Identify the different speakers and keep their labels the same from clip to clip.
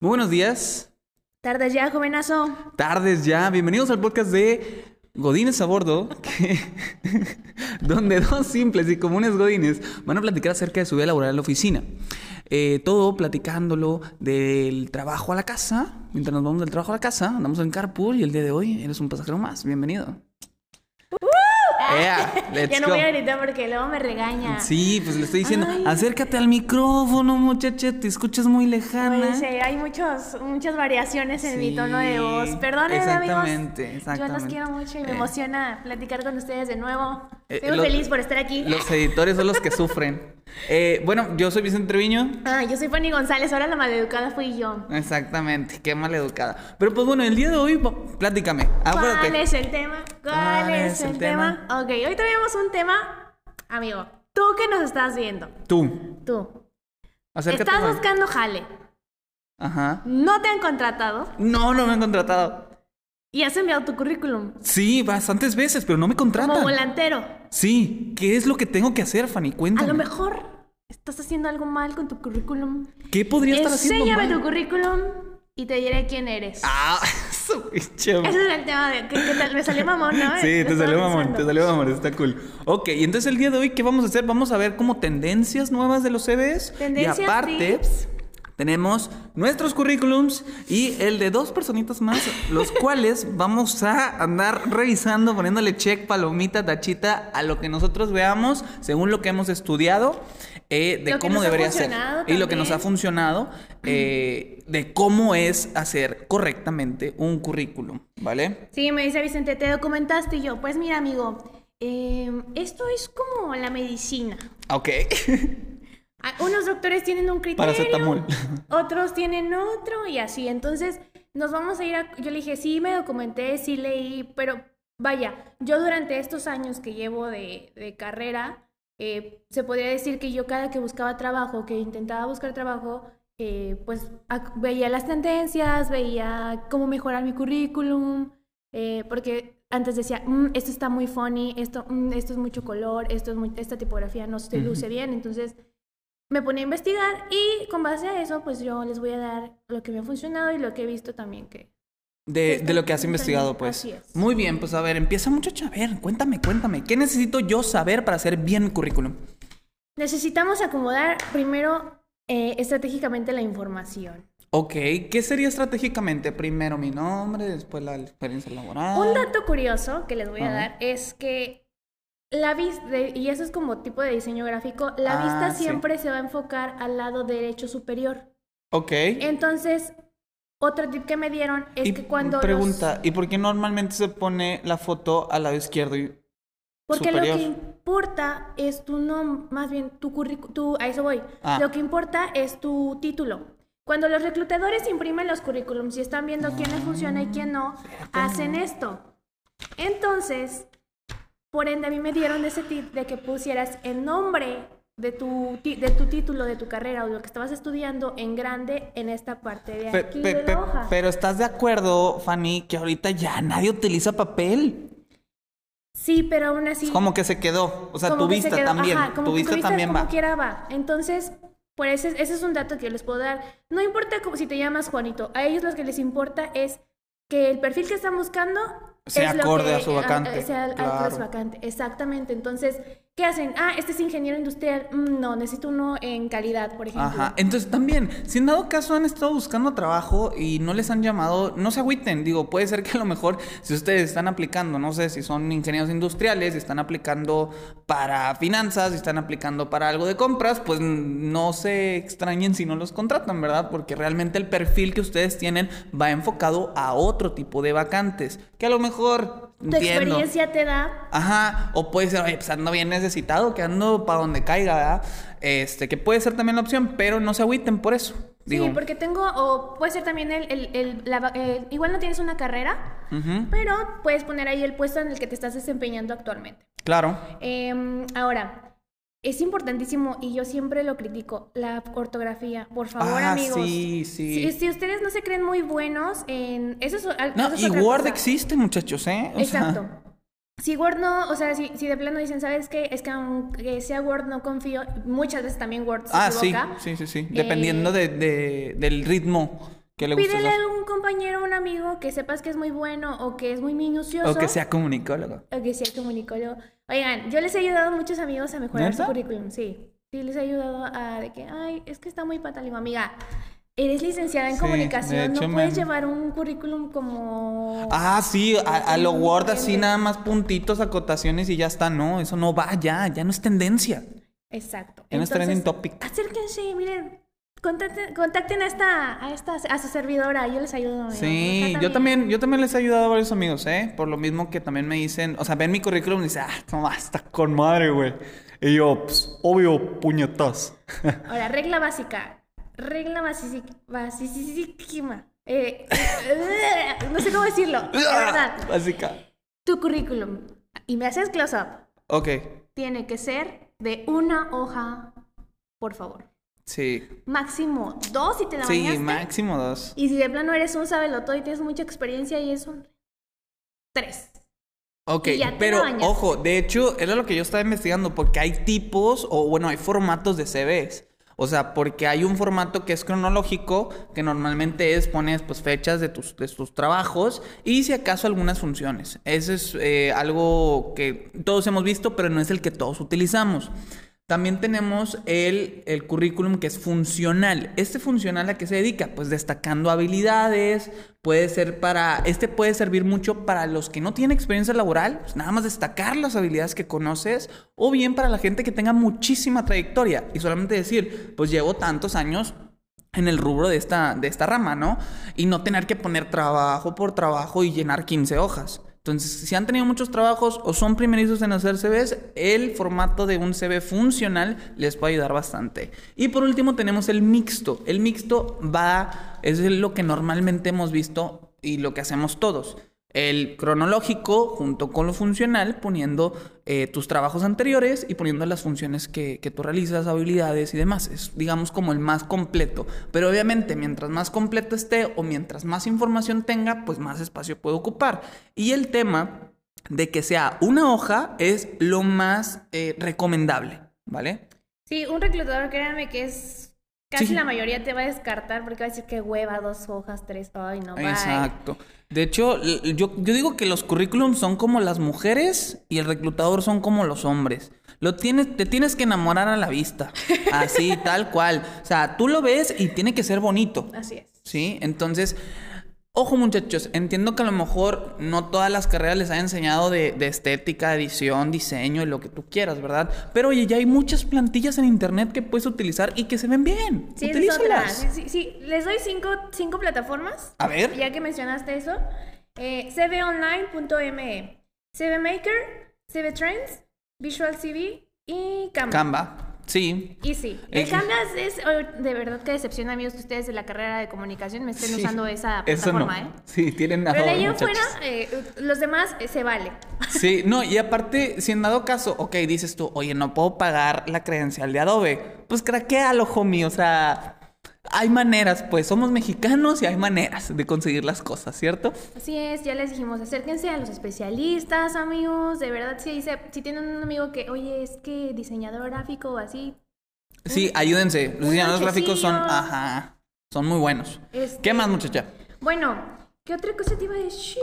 Speaker 1: Muy buenos días,
Speaker 2: Tardes ya, jovenazo.
Speaker 1: tardes ya, bienvenidos al podcast de Godines a Bordo, que- donde dos simples y comunes godines van a platicar acerca de su vida laboral en la oficina. Eh, todo platicándolo del trabajo a la casa, mientras nos vamos del trabajo a la casa, andamos en carpool y el día de hoy eres un pasajero más, bienvenido. Yeah, let's
Speaker 2: ya no
Speaker 1: go.
Speaker 2: voy a gritar porque luego me regaña.
Speaker 1: Sí, pues le estoy diciendo,
Speaker 2: Ay.
Speaker 1: acércate al micrófono, muchacha, te escuchas muy lejana.
Speaker 2: Pues, eh, hay muchos, muchas variaciones en mi tono de voz.
Speaker 1: Sí,
Speaker 2: Perdónenme,
Speaker 1: exactamente,
Speaker 2: amigos. Yo
Speaker 1: exactamente.
Speaker 2: los quiero mucho y me
Speaker 1: Eh.
Speaker 2: emociona platicar con ustedes de nuevo.
Speaker 1: Eh,
Speaker 2: Estoy muy
Speaker 1: los-
Speaker 2: feliz por estar aquí.
Speaker 1: Los editores son los que sufren. Eh, bueno, yo soy Vicente Treviño.
Speaker 2: Ah, yo soy Fanny González, ahora la maleducada fui yo.
Speaker 1: Exactamente, qué maleducada. Pero pues bueno, el día de hoy, po- platícame.
Speaker 2: ¿Cuál
Speaker 1: Acuérdate.
Speaker 2: es el tema? ¿Cuál, es el tema? Ok, hoy traemos un tema, amigo. Tú que nos estás viendo,
Speaker 1: Tú,
Speaker 2: tú.
Speaker 1: acércate.
Speaker 2: estás
Speaker 1: güey.
Speaker 2: buscando jale,
Speaker 1: Ajá.
Speaker 2: no te han contratado
Speaker 1: No, no me han contratado.
Speaker 2: y has enviado tu currículum
Speaker 1: Sí, bastantes veces, pero no me
Speaker 2: como
Speaker 1: contratan.
Speaker 2: volantero.
Speaker 1: Sí, ¿qué es lo que tengo que hacer, Fanny?
Speaker 2: A
Speaker 1: Cuéntame.
Speaker 2: lo mejor estás haciendo algo mal con tu currículum.
Speaker 1: ¿Qué podría estar haciendo
Speaker 2: Enséñame
Speaker 1: mal?
Speaker 2: tu currículum y te diré quién eres.
Speaker 1: Ah, su pinche madre.
Speaker 2: Ese es el tema de que, que tal- me salió mamón, ¿no?
Speaker 1: Sí,
Speaker 2: Lo
Speaker 1: te salió
Speaker 2: estaba
Speaker 1: mamón, te
Speaker 2: pensando.
Speaker 1: salió mamón, está cool. Ok, y entonces el día de hoy, ¿qué vamos a hacer? Vamos a ver como tendencias nuevas de los CVs.
Speaker 2: Tendencias,
Speaker 1: y aparte,
Speaker 2: tips.
Speaker 1: tenemos nuestros currículums y el de dos personitas más, los cuales vamos a andar revisando, poniéndole check, palomita, tachita a lo que nosotros veamos, según lo que hemos estudiado, eh, de
Speaker 2: Lo que
Speaker 1: cómo
Speaker 2: nos ha
Speaker 1: debería ser.
Speaker 2: funcionado
Speaker 1: Y lo que nos ha
Speaker 2: también.
Speaker 1: funcionado, eh, de cómo es hacer correctamente un currículum, ¿vale?
Speaker 2: Sí, me dice Vicente, te documentaste y yo, pues mira, amigo, eh, esto es como la medicina.
Speaker 1: Ok.
Speaker 2: Ah, Unos doctores tienen un criterio,
Speaker 1: Paracetamol.
Speaker 2: otros tienen otro y así. Entonces, nos vamos a ir a... Yo le dije, sí, me documenté, sí leí, pero vaya, yo durante estos años que llevo de, de carrera, eh, se podría decir que yo cada que buscaba trabajo, que intentaba buscar trabajo, eh, pues ac- veía las tendencias, veía cómo mejorar mi currículum, eh, porque antes decía, "Mm, esto está muy funny, esto, mm, esto es mucho color, esto es muy- esta tipografía no se luce bien, entonces me ponía a investigar y con base a eso, pues yo les voy a dar lo que me ha funcionado y lo que he visto también que...
Speaker 1: De,
Speaker 2: Está
Speaker 1: de lo que has
Speaker 2: bien,
Speaker 1: investigado,
Speaker 2: Daniel,
Speaker 1: pues.
Speaker 2: así es.
Speaker 1: Muy bien, pues a ver, empieza muchacha. A ver, cuéntame, cuéntame. ¿Qué necesito yo saber para hacer bien mi currículum?
Speaker 2: Necesitamos acomodar primero eh, estratégicamente la información.
Speaker 1: Ok, ¿qué sería estratégicamente? Primero mi nombre, después la experiencia laboral.
Speaker 2: Un dato curioso que les voy a
Speaker 1: Ah.
Speaker 2: dar es que la vista, y eso es como tipo de diseño gráfico, la
Speaker 1: Ah,
Speaker 2: vista
Speaker 1: sí.
Speaker 2: siempre se va a enfocar al lado derecho superior.
Speaker 1: Ok.
Speaker 2: Entonces, otro tip que me dieron es
Speaker 1: y
Speaker 2: que cuando... los-
Speaker 1: pregunta, ¿y por qué normalmente se pone la foto al lado izquierdo? y-
Speaker 2: Porque
Speaker 1: superior.
Speaker 2: lo que importa es tu nombre, más bien tu currículum, tu, a eso voy.
Speaker 1: Ah.
Speaker 2: Lo que importa es tu título. Cuando los reclutadores imprimen los currículums y están viendo quién les funciona y quién no, hacen esto. Entonces, por ende a mí me dieron ese tip de que pusieras el nombre de tu, ti- de tu título, de tu carrera o lo que estabas estudiando en grande en esta parte de
Speaker 1: Pe-
Speaker 2: aquí
Speaker 1: pe-
Speaker 2: de
Speaker 1: pe-
Speaker 2: la hoja.
Speaker 1: pero ¿estás de acuerdo, Fanny, que ahorita ya nadie utiliza papel?
Speaker 2: Sí, pero aún así...
Speaker 1: Es como que se quedó. O sea,
Speaker 2: como
Speaker 1: tu
Speaker 2: que se
Speaker 1: vista
Speaker 2: quedó-
Speaker 1: también.
Speaker 2: ajá, como
Speaker 1: tu
Speaker 2: que
Speaker 1: vista también
Speaker 2: como
Speaker 1: va.
Speaker 2: quiera va. Entonces, por ese, ese es un dato que yo les puedo dar. No importa cómo- si te llamas Juanito, a ellos lo que les importa es que el perfil que están buscando
Speaker 1: Sea
Speaker 2: es lo
Speaker 1: acorde
Speaker 2: que- eh,
Speaker 1: a su vacante,
Speaker 2: sea al- al-
Speaker 1: claro.
Speaker 2: a su vacante. Exactamente. Entonces, ¿qué hacen? Ah, este es ingeniero industrial. Mm, no, necesito uno en calidad, por ejemplo.
Speaker 1: Ajá, entonces también, si en dado caso han estado buscando trabajo y no les han llamado, no se agüiten, digo, puede ser que a lo mejor si ustedes están aplicando, no sé, si son ingenieros industriales, si están aplicando para finanzas, si están aplicando para algo de compras, pues mm, no se extrañen si no los contratan, ¿verdad? Porque realmente el perfil que ustedes tienen va enfocado a otro tipo de vacantes, que a lo mejor...
Speaker 2: Tu
Speaker 1: Entiendo.
Speaker 2: experiencia te da
Speaker 1: Ajá, o puede ser, oye, pues ando bien necesitado, que ando para donde caiga, ¿verdad? Este, que puede ser también la opción, pero no se agüiten por eso. Digo,
Speaker 2: Sí, porque tengo, o puede ser también el, el- el- la va- el- igual no tienes una carrera,
Speaker 1: ujú,
Speaker 2: pero puedes poner ahí el puesto en el que te estás desempeñando actualmente.
Speaker 1: claro.
Speaker 2: Em, ahora, es importantísimo y yo siempre lo critico, la ortografía. Por favor,
Speaker 1: Ah,
Speaker 2: amigos.
Speaker 1: sí, sí.
Speaker 2: Si, si ustedes no se creen muy buenos en... Eso es, al-
Speaker 1: No,
Speaker 2: eso es
Speaker 1: y
Speaker 2: otra
Speaker 1: Word
Speaker 2: cosa.
Speaker 1: existe, muchachos, ¿eh? O sea,
Speaker 2: Exacto. Si Word no, o sea, si, si de plano dicen, ¿sabes qué? Es que aunque sea Word no confío, muchas veces también Word se
Speaker 1: ah, sí,
Speaker 2: equivoca. Eh,
Speaker 1: sí, sí, sí. Dependiendo de- de- del ritmo ¿Qué le gusta
Speaker 2: Pídele
Speaker 1: hacer?
Speaker 2: a un compañero, un amigo que sepas que es muy bueno o que es muy minucioso.
Speaker 1: O que sea comunicólogo.
Speaker 2: O que sea comunicólogo. Oigan, yo les he ayudado a muchos amigos a mejorar su
Speaker 1: ¿Neta?
Speaker 2: currículum, sí. Sí, les he ayudado a de que, ay, es que está muy pata. Le digo, amiga, eres licenciada en
Speaker 1: Sí, de
Speaker 2: comunicación,
Speaker 1: hecho,
Speaker 2: no puedes
Speaker 1: me-
Speaker 2: llevar un currículum como...
Speaker 1: Ah, sí, a, a lo
Speaker 2: Mm,
Speaker 1: Word así
Speaker 2: entiendo.
Speaker 1: nada más puntitos, acotaciones y ya está. No, eso no va ya, ya no es tendencia.
Speaker 2: Exacto.
Speaker 1: Ya no es trending topic.
Speaker 2: Acérquense, miren, contacten, contacten a esta, a esta, a su servidora, yo les ayudo. amigo.
Speaker 1: Sí,
Speaker 2: Acá
Speaker 1: yo también, yo también les he ayudado a varios amigos, ¿eh? Por lo mismo que también me dicen, o sea, ven mi currículum y dicen, ah, no, va, está con madre, güey. Y yo, pues, obvio, puñetas.
Speaker 2: Ahora, regla básica. Regla básica. no sé cómo decirlo. de verdad.
Speaker 1: Básica.
Speaker 2: Tu currículum. Y me haces close up.
Speaker 1: Ok,
Speaker 2: Tiene que ser de una hoja, por favor.
Speaker 1: sí.
Speaker 2: Máximo dos si te la
Speaker 1: Sí,
Speaker 2: bañaste.
Speaker 1: máximo dos.
Speaker 2: Y si de plano eres un sabelotodo y tienes mucha experiencia y es un tres.
Speaker 1: Ok,
Speaker 2: Y ya te la
Speaker 1: pero
Speaker 2: bañaste.
Speaker 1: ojo, de hecho, era lo que yo estaba investigando, porque hay tipos, o bueno, hay formatos de CVs. O sea, porque hay un formato que es cronológico, que normalmente es pones pues fechas de tus, de tus trabajos y si acaso algunas funciones. Ese es eh, algo que todos hemos visto, pero no es el que todos utilizamos. También tenemos el, el currículum que es funcional. ¿Este funcional a qué se dedica? Pues destacando habilidades, puede ser para, este puede servir mucho para los que no tienen experiencia laboral, pues nada más destacar las habilidades que conoces, o bien para la gente que tenga muchísima trayectoria y solamente decir, pues llevo tantos años en el rubro de esta, de esta rama, ¿no? Y no tener que poner trabajo por trabajo y llenar 15 hojas. Entonces, si han tenido muchos trabajos o son primerizos en hacer CVs, el formato de un CV funcional les puede ayudar bastante. Y por último tenemos el mixto. El mixto va, es lo que normalmente hemos visto y lo que hacemos todos. El cronológico junto con lo funcional, poniendo eh, tus trabajos anteriores y poniendo las funciones que, que tú realizas, habilidades y demás. Es, digamos, como el más completo. Pero obviamente, mientras más completo esté o mientras más información tenga, pues más espacio puede ocupar. Y el tema de que sea una hoja es lo más eh, recomendable, ¿vale?
Speaker 2: Sí, un reclutador, créanme que es. Casi
Speaker 1: Sí.
Speaker 2: la mayoría te va a descartar porque va a decir que hueva, dos hojas, tres. Ay, no, bye.
Speaker 1: Exacto. De hecho, l- yo, yo digo que los currículums son como las mujeres y el reclutador son como los hombres. Lo tienes, te tienes que enamorar a la vista. Así, tal cual. O sea, tú lo ves y tiene que ser bonito.
Speaker 2: Así es.
Speaker 1: ¿Sí? Entonces, ojo muchachos, entiendo que a lo mejor no todas las carreras les ha enseñado de, de estética, edición, diseño y lo que tú quieras, ¿verdad? Pero oye, ya hay muchas plantillas en internet que puedes utilizar y que se ven bien.
Speaker 2: Sí, esa es otra.
Speaker 1: Utilízalas.
Speaker 2: Sí, sí, sí. les doy cinco, cinco plataformas.
Speaker 1: A ver.
Speaker 2: Ya que mencionaste eso: eh, cvonline.me, CV Maker, CV Trends, Visual CV y Canva.
Speaker 1: Canva. Sí.
Speaker 2: Y sí,
Speaker 1: Eh,
Speaker 2: el Canva es, oh, de verdad que decepciona amigos que ustedes de la carrera de comunicación me estén
Speaker 1: Sí,
Speaker 2: usando esa
Speaker 1: eso
Speaker 2: plataforma,
Speaker 1: no.
Speaker 2: ¿eh?
Speaker 1: Sí, tienen nada.
Speaker 2: Pero de ahí en fuera, eh, los demás eh, se vale.
Speaker 1: Sí, no, y aparte, si en dado caso, ok, dices tú, oye, no puedo pagar la credencial de Adobe, pues craquealo, homie, o sea, hay maneras, pues somos mexicanos y hay maneras de conseguir las cosas, ¿cierto?
Speaker 2: Así es, ya les dijimos, acérquense a los especialistas, amigos. De verdad, si, dice, si tienen un amigo que, oye, es que diseñador gráfico o así,
Speaker 1: Sí, ayúdense, los
Speaker 2: un
Speaker 1: diseñadores gráficos son,
Speaker 2: lonchecillo.
Speaker 1: ajá, son muy buenos.
Speaker 2: Este-
Speaker 1: ¿Qué más, muchacha?
Speaker 2: Bueno, ¿qué otra cosa te iba a decir?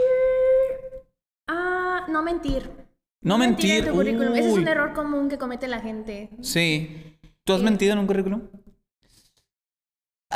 Speaker 2: Ah, no mentir.
Speaker 1: No
Speaker 2: en
Speaker 1: mentir,
Speaker 2: tu currículum. Ese es un
Speaker 1: uy.
Speaker 2: error común que comete la gente.
Speaker 1: Sí. ¿Tú has
Speaker 2: Eh,
Speaker 1: mentido en un currículum?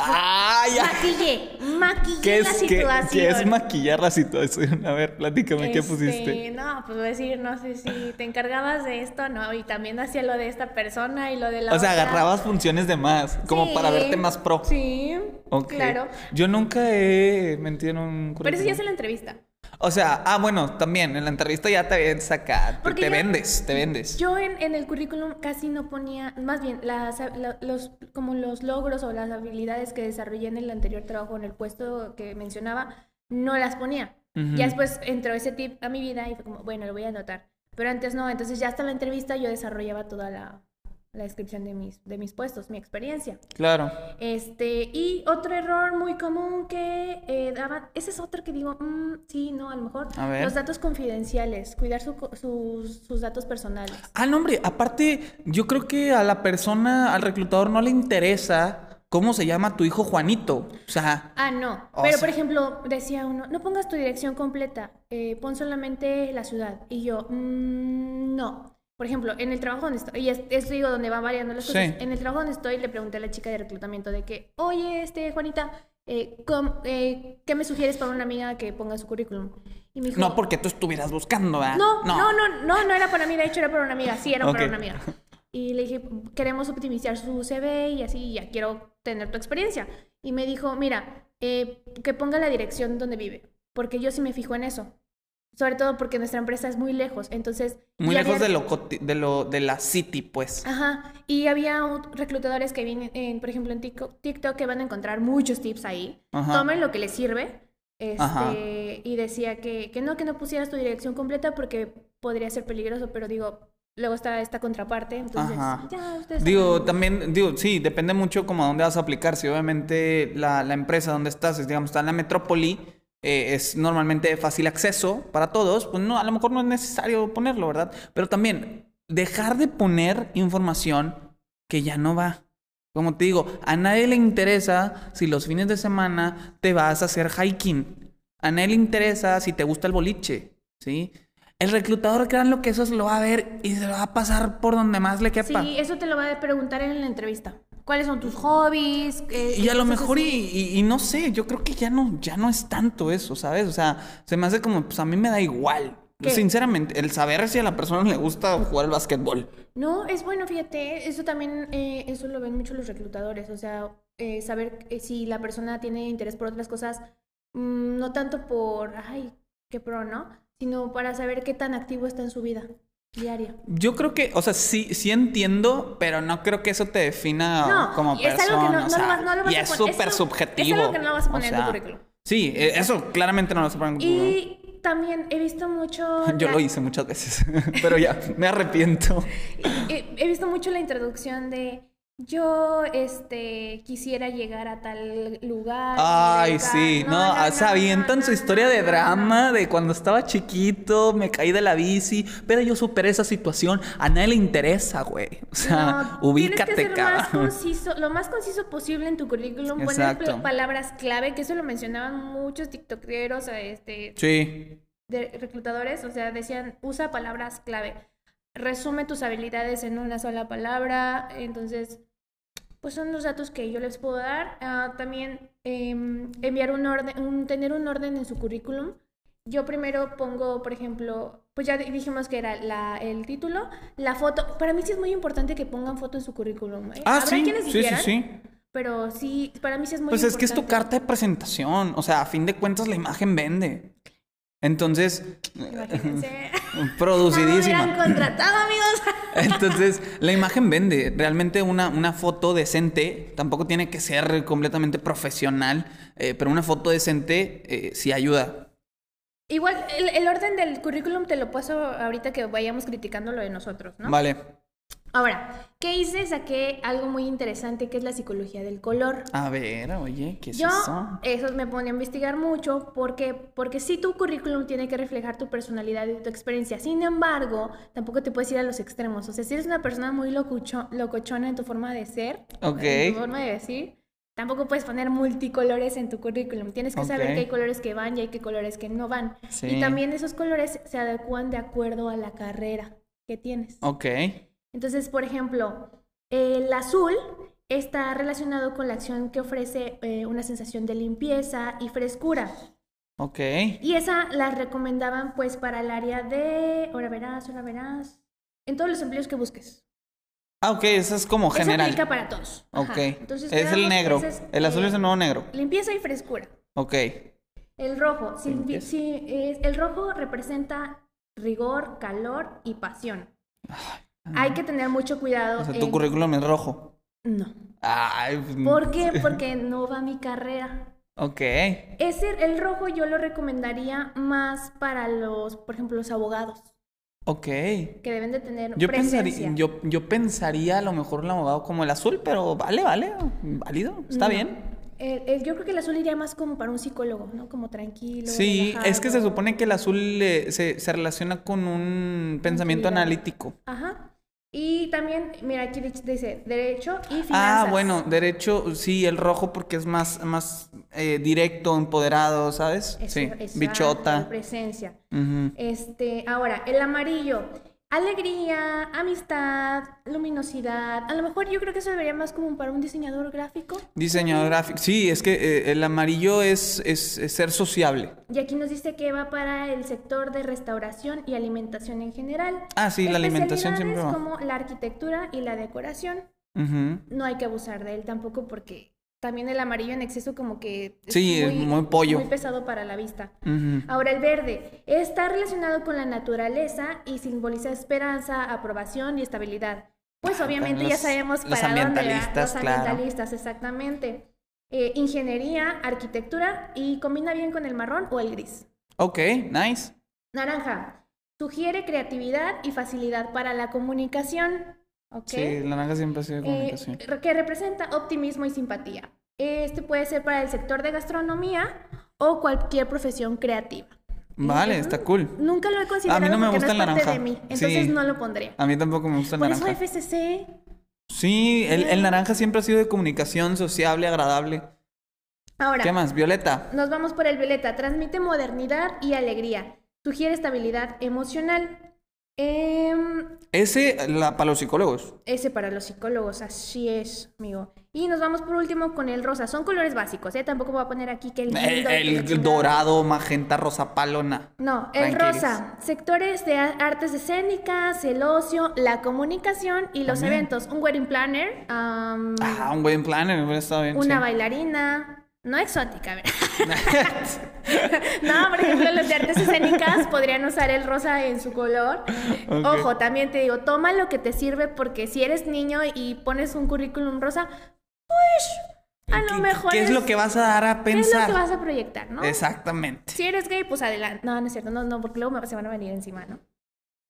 Speaker 1: ¡Ah, ya!
Speaker 2: Maquille, maquille
Speaker 1: ¿Qué
Speaker 2: la
Speaker 1: es, qué-
Speaker 2: situación.
Speaker 1: qué es maquillar la situación? A ver, platícame, ¿qué
Speaker 2: Este,
Speaker 1: pusiste?
Speaker 2: No, pues voy a decir, no sé si te encargabas de esto, no, y también hacía lo de esta persona y lo de la
Speaker 1: O sea,
Speaker 2: otra.
Speaker 1: agarrabas funciones de más, como
Speaker 2: Sí,
Speaker 1: para verte más pro.
Speaker 2: Sí,
Speaker 1: Ok.
Speaker 2: claro.
Speaker 1: Yo nunca he mentido en un
Speaker 2: Pero eso ya
Speaker 1: currículum.
Speaker 2: es en la entrevista.
Speaker 1: O sea, ah, bueno, también en la entrevista ya te ven sacar, te,
Speaker 2: Porque
Speaker 1: te
Speaker 2: yo-
Speaker 1: vendes, te vendes.
Speaker 2: Yo en, en el currículum casi no ponía, más bien, las, la- los, como los logros o las habilidades que desarrollé en el anterior trabajo, en el puesto que mencionaba, no las ponía.
Speaker 1: Ujú.
Speaker 2: Ya después entró ese tip a mi vida y fue como, bueno, lo voy a anotar. Pero antes no, entonces ya hasta la entrevista yo desarrollaba toda la, la descripción de mis, de mis puestos, mi experiencia.
Speaker 1: Claro.
Speaker 2: Este, y otro error muy común que eh, daban, ese es otro que digo, mm, sí, no, a lo mejor,
Speaker 1: A ver.
Speaker 2: los datos confidenciales, cuidar su co- sus, sus datos personales.
Speaker 1: Ah, no, hombre, aparte, yo creo que a la persona, al reclutador no le interesa ¿cómo se llama tu hijo Juanito? O sea,
Speaker 2: Ah, no.
Speaker 1: O
Speaker 2: Pero,
Speaker 1: sea-
Speaker 2: por ejemplo, decía uno, no pongas tu dirección completa, eh, pon solamente la ciudad. Y yo, "Mm, no. Por ejemplo, en el trabajo donde estoy, y es- esto digo donde van variando las cosas,
Speaker 1: Sí.
Speaker 2: en el trabajo donde estoy le pregunté a la chica de reclutamiento de que, oye, este, Juanita, eh, com- eh, ¿qué me sugieres para una amiga que ponga su currículum? Y me dijo,
Speaker 1: no porque tú estuvieras buscando, ¿verdad?
Speaker 2: no, no, no, no, no era para mí, de hecho era para una amiga, sí, era
Speaker 1: Ok.
Speaker 2: para una amiga. Y le dije, queremos optimizar su CV y así, ya quiero tener tu experiencia. Y me dijo, mira, eh, que ponga la dirección donde vive, porque yo sí me fijo en eso. Sobre todo porque nuestra empresa es muy lejos, entonces...
Speaker 1: Muy
Speaker 2: y
Speaker 1: lejos
Speaker 2: había-
Speaker 1: de lo, coti- de lo de la city, pues.
Speaker 2: Ajá, y había ot- reclutadores que vienen, en, por ejemplo, en Tico- TikTok que van a encontrar muchos tips ahí.
Speaker 1: Ajá.
Speaker 2: Tomen lo que les sirve. Este,
Speaker 1: Ajá.
Speaker 2: Y decía que, que no, que no pusieras tu dirección completa porque podría ser peligroso, pero digo, luego está esta contraparte, entonces
Speaker 1: Ajá.
Speaker 2: ya ustedes...
Speaker 1: Digo,
Speaker 2: saben.
Speaker 1: también, digo, sí, depende mucho como a dónde vas a aplicar. Si obviamente la, la empresa donde estás, es, digamos, está en la metrópoli, eh, es normalmente de fácil acceso para todos, pues no, a lo mejor no es necesario ponerlo, ¿verdad? Pero también, dejar de poner información que ya no va. Como te digo, a nadie le interesa si los fines de semana te vas a hacer hiking. A nadie le interesa si te gusta el boliche, ¿sí? El reclutador, créanlo que eso lo va a ver y se lo va a pasar por donde más le quepa.
Speaker 2: Sí, eso te lo va a preguntar en la entrevista. ¿Cuáles son tus hobbies? Eh,
Speaker 1: Y a lo
Speaker 2: cosas
Speaker 1: mejor, y,
Speaker 2: así.
Speaker 1: y- y no sé, yo creo que ya no, ya no es tanto eso, ¿sabes? O sea, se me hace como, pues a mí me da igual.
Speaker 2: ¿Qué?
Speaker 1: Sinceramente, el saber si a la persona le gusta jugar al básquetbol.
Speaker 2: No, es bueno, fíjate, eso también, eh, eso lo ven mucho los reclutadores, o sea, eh, saber eh, si la persona tiene interés por otras cosas, mm, no tanto por, ay, qué pro, ¿no? Sino para saber qué tan activo está en su vida diaria.
Speaker 1: Yo creo que, o sea, sí, sí entiendo, pero no creo que eso te defina
Speaker 2: No,
Speaker 1: como
Speaker 2: y es
Speaker 1: persona.
Speaker 2: algo que no- no
Speaker 1: o
Speaker 2: lo
Speaker 1: sea,
Speaker 2: vas- no lo vas
Speaker 1: y
Speaker 2: a
Speaker 1: es
Speaker 2: poner-
Speaker 1: súper
Speaker 2: eso-
Speaker 1: subjetivo.
Speaker 2: es algo que no lo vas a
Speaker 1: o
Speaker 2: poner en tu
Speaker 1: sea,
Speaker 2: currículum.
Speaker 1: Sí, eh, eso claramente no lo vas a poner en tu currículum.
Speaker 2: Y también he visto mucho...
Speaker 1: Yo
Speaker 2: la-
Speaker 1: lo hice muchas veces, pero ya, me arrepiento.
Speaker 2: Eh, he, he visto mucho la introducción de yo este quisiera llegar a tal lugar.
Speaker 1: Ay,
Speaker 2: llegar-
Speaker 1: sí, no,
Speaker 2: no,
Speaker 1: o sea,
Speaker 2: no,
Speaker 1: avientan
Speaker 2: no,
Speaker 1: su
Speaker 2: no,
Speaker 1: historia de
Speaker 2: no, no.
Speaker 1: drama de cuando estaba chiquito, me caí de la bici, pero yo superé esa situación, a nadie le interesa, güey. O sea,
Speaker 2: No,
Speaker 1: ubícate,
Speaker 2: tienes que ser más
Speaker 1: cabrón.
Speaker 2: conciso, lo más conciso posible en tu currículum, poner
Speaker 1: Exacto.
Speaker 2: pla- palabras clave, que eso lo mencionaban muchos tiktokeros, este,
Speaker 1: Sí,
Speaker 2: de- reclutadores, o sea, decían, usa palabras clave, resume tus habilidades en una sola palabra, entonces, pues son los datos que yo les puedo dar. Ah, también em, enviar un orden, un- tener un orden en su currículum. Yo primero pongo, por ejemplo, pues ya di- dijimos que era la, el título, la foto. Para mí sí es muy importante que pongan foto en su currículum. ¿eh?
Speaker 1: ah,
Speaker 2: Habrá
Speaker 1: sí,
Speaker 2: quienes
Speaker 1: sí, sí,
Speaker 2: difieran,
Speaker 1: sí.
Speaker 2: Pero sí, para mí sí es muy
Speaker 1: Pues es que es tu
Speaker 2: importante.
Speaker 1: carta de presentación, o sea, a fin de cuentas la imagen vende. Entonces,
Speaker 2: Imagínense. No me
Speaker 1: producidísima.
Speaker 2: hubieran contratado, amigos.
Speaker 1: Entonces, la imagen vende. Realmente una, una foto decente, tampoco tiene que ser completamente profesional, eh, pero una foto decente eh, sí ayuda.
Speaker 2: Igual, el, el orden del currículum te lo paso ahorita que vayamos criticando lo de nosotros, ¿no?
Speaker 1: Vale.
Speaker 2: Ahora, ¿qué hice? Saqué algo muy interesante que es la psicología del color.
Speaker 1: A ver, oye, ¿qué es
Speaker 2: Yo
Speaker 1: eso?
Speaker 2: eso me pone a investigar mucho porque, porque sí tu currículum tiene que reflejar tu personalidad y tu experiencia. Sin embargo, tampoco te puedes ir a los extremos. O sea, si eres una persona muy locucho- locochona en tu forma de ser,
Speaker 1: Ok.
Speaker 2: en tu forma de decir, tampoco puedes poner multicolores en tu currículum. Tienes que saber
Speaker 1: Ok.
Speaker 2: que hay colores que van y hay que colores que no van.
Speaker 1: Sí.
Speaker 2: Y también esos colores se adecúan de acuerdo a la carrera que tienes.
Speaker 1: Ok.
Speaker 2: Entonces, por ejemplo, el azul está relacionado con la acción que ofrece eh, una sensación de limpieza y frescura.
Speaker 1: Ok.
Speaker 2: Y esa la recomendaban pues para el área de, ahora verás, ahora verás, en todos los empleos que busques.
Speaker 1: Ah, ok, eso es como
Speaker 2: Eso
Speaker 1: general.
Speaker 2: aplica para todos. Ajá.
Speaker 1: Ok.
Speaker 2: Entonces,
Speaker 1: es el
Speaker 2: quedamos que
Speaker 1: negro.
Speaker 2: ese es,
Speaker 1: el azul
Speaker 2: eh,
Speaker 1: es el nuevo negro.
Speaker 2: Limpieza y frescura.
Speaker 1: Ok.
Speaker 2: El rojo, si-
Speaker 1: Limpieza.
Speaker 2: si- es- el rojo representa rigor, calor y pasión. Hay que tener mucho cuidado.
Speaker 1: O sea,
Speaker 2: en-
Speaker 1: tu currículum es rojo.
Speaker 2: No.
Speaker 1: Ay, pues,
Speaker 2: ¿Por qué? Porque no va mi carrera.
Speaker 1: Ok.
Speaker 2: Ese, el rojo yo lo recomendaría más para los, por ejemplo, los abogados,
Speaker 1: Ok.
Speaker 2: que deben de tener
Speaker 1: Yo
Speaker 2: presencia.
Speaker 1: pensaría, yo, yo pensaría a lo mejor el abogado como el azul, pero vale, vale. Válido. Está
Speaker 2: No.
Speaker 1: bien.
Speaker 2: El- el- yo creo que el azul iría más como para un psicólogo, ¿no? Como tranquilo.
Speaker 1: Sí, es que se
Speaker 2: relajado.
Speaker 1: supone que el azul eh, se, se relaciona con un pensamiento
Speaker 2: Tranquilidad.
Speaker 1: analítico.
Speaker 2: Ajá. Y también, mira, aquí dice derecho y finanzas.
Speaker 1: Ah, bueno, derecho, sí, el rojo porque es más, más eh, directo, empoderado, ¿sabes?
Speaker 2: Eso-
Speaker 1: sí,
Speaker 2: exacto,
Speaker 1: bichota.
Speaker 2: Presencia.
Speaker 1: Ujú.
Speaker 2: Este, ahora, el amarillo. Alegría, amistad, luminosidad. A lo mejor yo creo que eso debería más como para un diseñador gráfico.
Speaker 1: Diseñador gráfico. Sí, es que eh, el amarillo es, es- es ser sociable.
Speaker 2: Y aquí nos dice que va para el sector de restauración y alimentación en general.
Speaker 1: Ah, sí, la alimentación siempre
Speaker 2: Especialidades
Speaker 1: va.
Speaker 2: como la arquitectura y la decoración.
Speaker 1: Ujú.
Speaker 2: No hay que abusar de él tampoco porque también el amarillo en exceso como que
Speaker 1: Sí, es muy pollo.
Speaker 2: muy pesado para la vista.
Speaker 1: Ujú.
Speaker 2: Ahora el verde está relacionado con la naturaleza y simboliza esperanza, aprobación y estabilidad. Pues obviamente ya
Speaker 1: Ah, los-
Speaker 2: sabemos
Speaker 1: los
Speaker 2: para dónde va.
Speaker 1: ambientalistas,
Speaker 2: Los
Speaker 1: claro.
Speaker 2: ambientalistas, exactamente. Eh, ingeniería, arquitectura y combina bien con el marrón o el gris.
Speaker 1: Ok, nice.
Speaker 2: Naranja sugiere creatividad y facilidad para la comunicación. ¿ok?
Speaker 1: Sí, la naranja siempre ha sido de
Speaker 2: Eh,
Speaker 1: comunicación.
Speaker 2: que representa optimismo y simpatía. Este puede ser para el sector de gastronomía o cualquier profesión creativa.
Speaker 1: vale,
Speaker 2: ujú.
Speaker 1: está cool.
Speaker 2: Nunca lo he considerado
Speaker 1: no me
Speaker 2: porque
Speaker 1: gusta el
Speaker 2: no es parte
Speaker 1: naranja.
Speaker 2: de mí, entonces
Speaker 1: Sí.
Speaker 2: no lo pondría.
Speaker 1: A mí tampoco me gusta el
Speaker 2: Por
Speaker 1: naranja.
Speaker 2: eso FCC,
Speaker 1: Sí, el, el naranja siempre ha sido de comunicación sociable, agradable.
Speaker 2: ahora
Speaker 1: ¿Qué más? Violeta.
Speaker 2: nos vamos por el violeta, transmite modernidad y alegría, sugiere estabilidad emocional. Em,
Speaker 1: Ese la, para los psicólogos.
Speaker 2: Ese para los psicólogos, así es, amigo. Y nos vamos por último con el rosa. Son colores básicos, ¿eh? Tampoco voy a poner aquí que el lindo y
Speaker 1: El,
Speaker 2: que la
Speaker 1: Eh, el
Speaker 2: chingada. Mm.
Speaker 1: dorado, magenta, rosa palona.
Speaker 2: No, el
Speaker 1: Tranquilos.
Speaker 2: rosa. Sectores de a- artes escénicas, el ocio, la comunicación y los
Speaker 1: También.
Speaker 2: eventos. Un wedding planner, am,
Speaker 1: Ah, un buen planner, hubiera estado bien.
Speaker 2: una
Speaker 1: sí.
Speaker 2: bailarina. No exótica, ¿verdad? No, por ejemplo, los de artes escénicas podrían usar el rosa en su color.
Speaker 1: Ok.
Speaker 2: Ojo, también te digo, toma lo que te sirve porque si eres niño y pones un currículum rosa, pues a
Speaker 1: ¿Qué-
Speaker 2: lo
Speaker 1: qué-
Speaker 2: mejor
Speaker 1: ¿Qué es lo que vas a dar a
Speaker 2: ¿qué es lo
Speaker 1: pensar?
Speaker 2: que vas a proyectar, ¿no?
Speaker 1: Exactamente.
Speaker 2: Si eres gay, pues adelante. No, no es cierto, no, no, porque luego me- se van a venir encima, ¿no?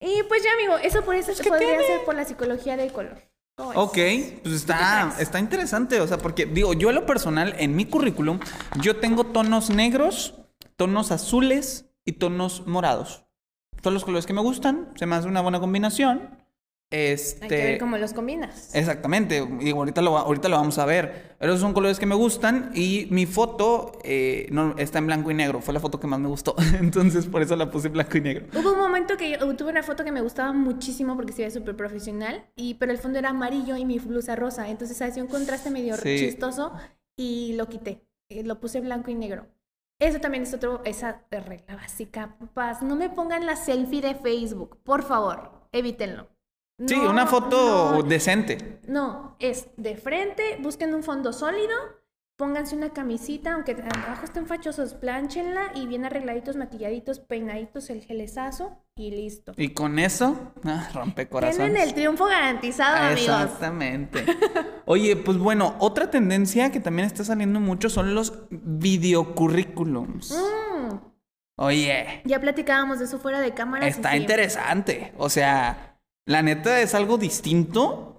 Speaker 2: Y pues ya, amigo, eso por eso se podría ser por la psicología del color. ¿Cómo ves?
Speaker 1: Ok, pues está, está interesante, o sea, porque digo, yo en lo personal, en mi currículum, yo tengo tonos negros, tonos azules y tonos morados. Son los colores que me gustan, se me hace una buena combinación. Este...
Speaker 2: Hay que ver cómo los combinas.
Speaker 1: Exactamente, digo, ahorita lo, va- ahorita lo vamos a ver. Pero esos son colores que me gustan y mi foto eh, no, está en blanco y negro, fue la foto que más me gustó, entonces por eso la puse en blanco y negro.
Speaker 2: Hubo un momento que yo uh, tuve una foto que me gustaba muchísimo porque se veía súper profesional, y, pero el fondo era amarillo y mi blusa rosa. Entonces hacía un contraste medio
Speaker 1: Sí.
Speaker 2: chistoso y lo quité. Eh, Lo puse blanco y negro. Eso también es otro, esa regla básica. Papás, no me pongan la selfie de Facebook, por favor, evítenlo.
Speaker 1: Sí,
Speaker 2: No,
Speaker 1: una foto
Speaker 2: no,
Speaker 1: decente.
Speaker 2: No, es de frente, busquen un fondo sólido, pónganse una camisita, aunque abajo estén fachosos, planchenla y bien arregladitos, maquilladitos, peinaditos, el gelezazo y listo.
Speaker 1: Y con eso, ah, rompe
Speaker 2: Tienen el triunfo garantizado,
Speaker 1: Ah,
Speaker 2: amigos.
Speaker 1: Exactamente. Oye, pues bueno, otra tendencia que también está saliendo mucho son los videocurrículums.
Speaker 2: Mm,
Speaker 1: Oye,
Speaker 2: ya platicábamos de eso fuera de cámara.
Speaker 1: está interesante. O sea, la neta es algo distinto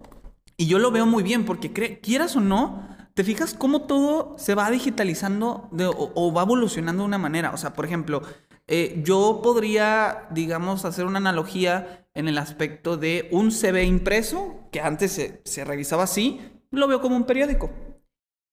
Speaker 1: y yo lo veo muy bien porque cre- quieras o no, te fijas cómo todo se va digitalizando de- o, o va evolucionando de una manera. O sea, por ejemplo, eh, yo podría, digamos, hacer una analogía en el aspecto de un CV impreso que antes se- se revisaba así, lo veo como un periódico.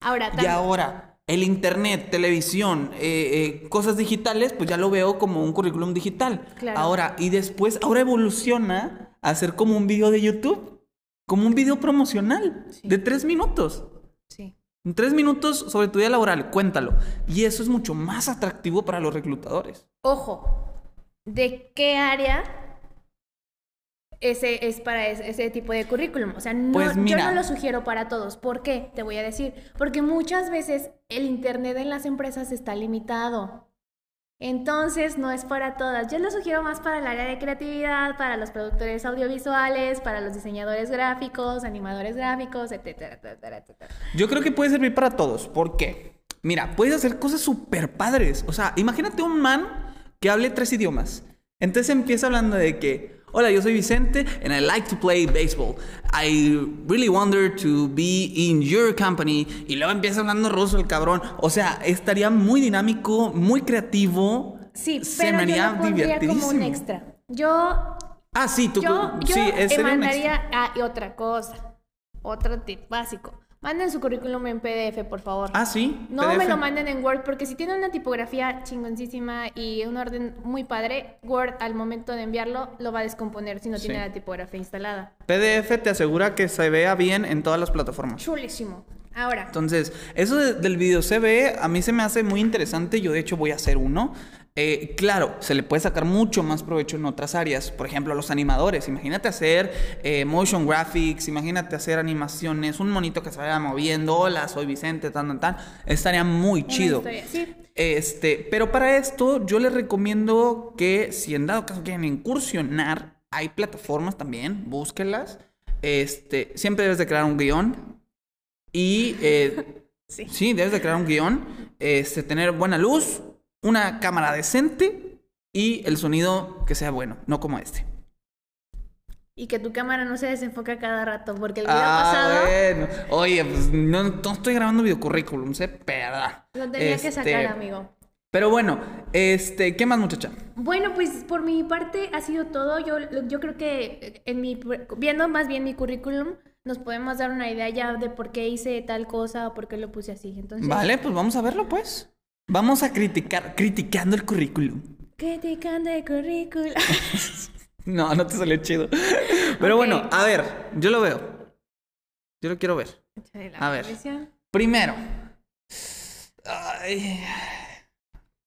Speaker 2: Ahora,
Speaker 1: Y
Speaker 2: también-
Speaker 1: ahora, el internet, televisión, eh, eh, cosas digitales, pues ya lo veo como un currículum digital.
Speaker 2: Claro.
Speaker 1: Ahora, y después, ahora evoluciona a ser como un video de YouTube, como un video promocional
Speaker 2: Sí.
Speaker 1: de tres minutos.
Speaker 2: Sí.
Speaker 1: En tres minutos sobre tu día laboral, cuéntalo. Y eso es mucho más atractivo para los reclutadores.
Speaker 2: Ojo, ¿de qué área ese es para ese, ese tipo de currículum? O sea, no,
Speaker 1: Pues mira.
Speaker 2: yo no lo sugiero para todos. ¿Por qué? Te voy a decir. Porque muchas veces el internet en las empresas está limitado. Entonces no es para todas. Yo lo sugiero más para el área de creatividad, para los productores audiovisuales, para los diseñadores gráficos, animadores gráficos, etcétera, etcétera, etcétera.
Speaker 1: Yo creo que puede servir para todos. ¿Por qué? Mira, puedes hacer cosas súper padres. O sea, imagínate un man que hable tres idiomas. Entonces empieza hablando de que, hola, yo soy Vicente and I like to play baseball. I really wonder to be in your company. Y luego empieza hablando ruso el cabrón. O sea, estaría muy dinámico, muy creativo.
Speaker 2: Sí,
Speaker 1: Se
Speaker 2: pero
Speaker 1: me
Speaker 2: yo
Speaker 1: haría
Speaker 2: lo pondría como un
Speaker 1: divertidísimo.
Speaker 2: extra. Yo
Speaker 1: Ah, sí, tú.
Speaker 2: yo yo
Speaker 1: sí, es
Speaker 2: eh,
Speaker 1: ser un extra.
Speaker 2: mandaría ah, y otra cosa, otro tip básico. Manden su currículum en PDF, por favor.
Speaker 1: Ah, sí.
Speaker 2: no
Speaker 1: PDF.
Speaker 2: me lo manden en Word porque si tiene una tipografía chingoncísima y un orden muy padre, Word al momento de enviarlo lo va a descomponer si no
Speaker 1: Sí.
Speaker 2: tiene la tipografía instalada.
Speaker 1: PDF te asegura que se vea bien en todas las plataformas.
Speaker 2: Chulísimo. Ahora,
Speaker 1: Entonces, eso de- del video CBE a mí se me hace muy interesante. Yo, de hecho, voy a hacer uno. Eh, claro, se le puede sacar mucho más provecho en otras áreas. Por ejemplo, a los animadores. Imagínate hacer eh, motion graphics, imagínate hacer animaciones, un monito que se vaya moviendo. Hola, soy Vicente, tan, tan, tan. Estaría muy
Speaker 2: una
Speaker 1: chido.
Speaker 2: historia. Sí,
Speaker 1: Este, pero para esto yo les recomiendo que si en dado caso quieren incursionar, hay plataformas también, búsquenlas. Este, siempre debes de crear un guión y eh,
Speaker 2: sí.
Speaker 1: sí, debes de crear un guión, este, tener buena luz, una cámara decente y el sonido que sea bueno, no como este.
Speaker 2: Y que tu cámara no se desenfoca cada rato, porque el video
Speaker 1: Ah,
Speaker 2: pasado
Speaker 1: bueno. Oye, pues no, no estoy grabando videocurrículum, se perda.
Speaker 2: lo tenía que sacar,
Speaker 1: Este,
Speaker 2: amigo.
Speaker 1: Pero bueno, este, ¿qué más, muchacha?
Speaker 2: Bueno, pues por mi parte ha sido todo. Yo, yo creo que eh, en mi, viendo más bien mi currículum, nos podemos dar una idea ya de por qué hice tal cosa o por qué lo puse así. Entonces,
Speaker 1: Vale, pues vamos a verlo, pues. Vamos a criticar, criticando el currículum.
Speaker 2: criticando el currículum.
Speaker 1: No, no te salió chido.
Speaker 2: Ok.
Speaker 1: Pero bueno, a ver, yo lo veo. Yo lo quiero ver. A ver. Primero. Ay,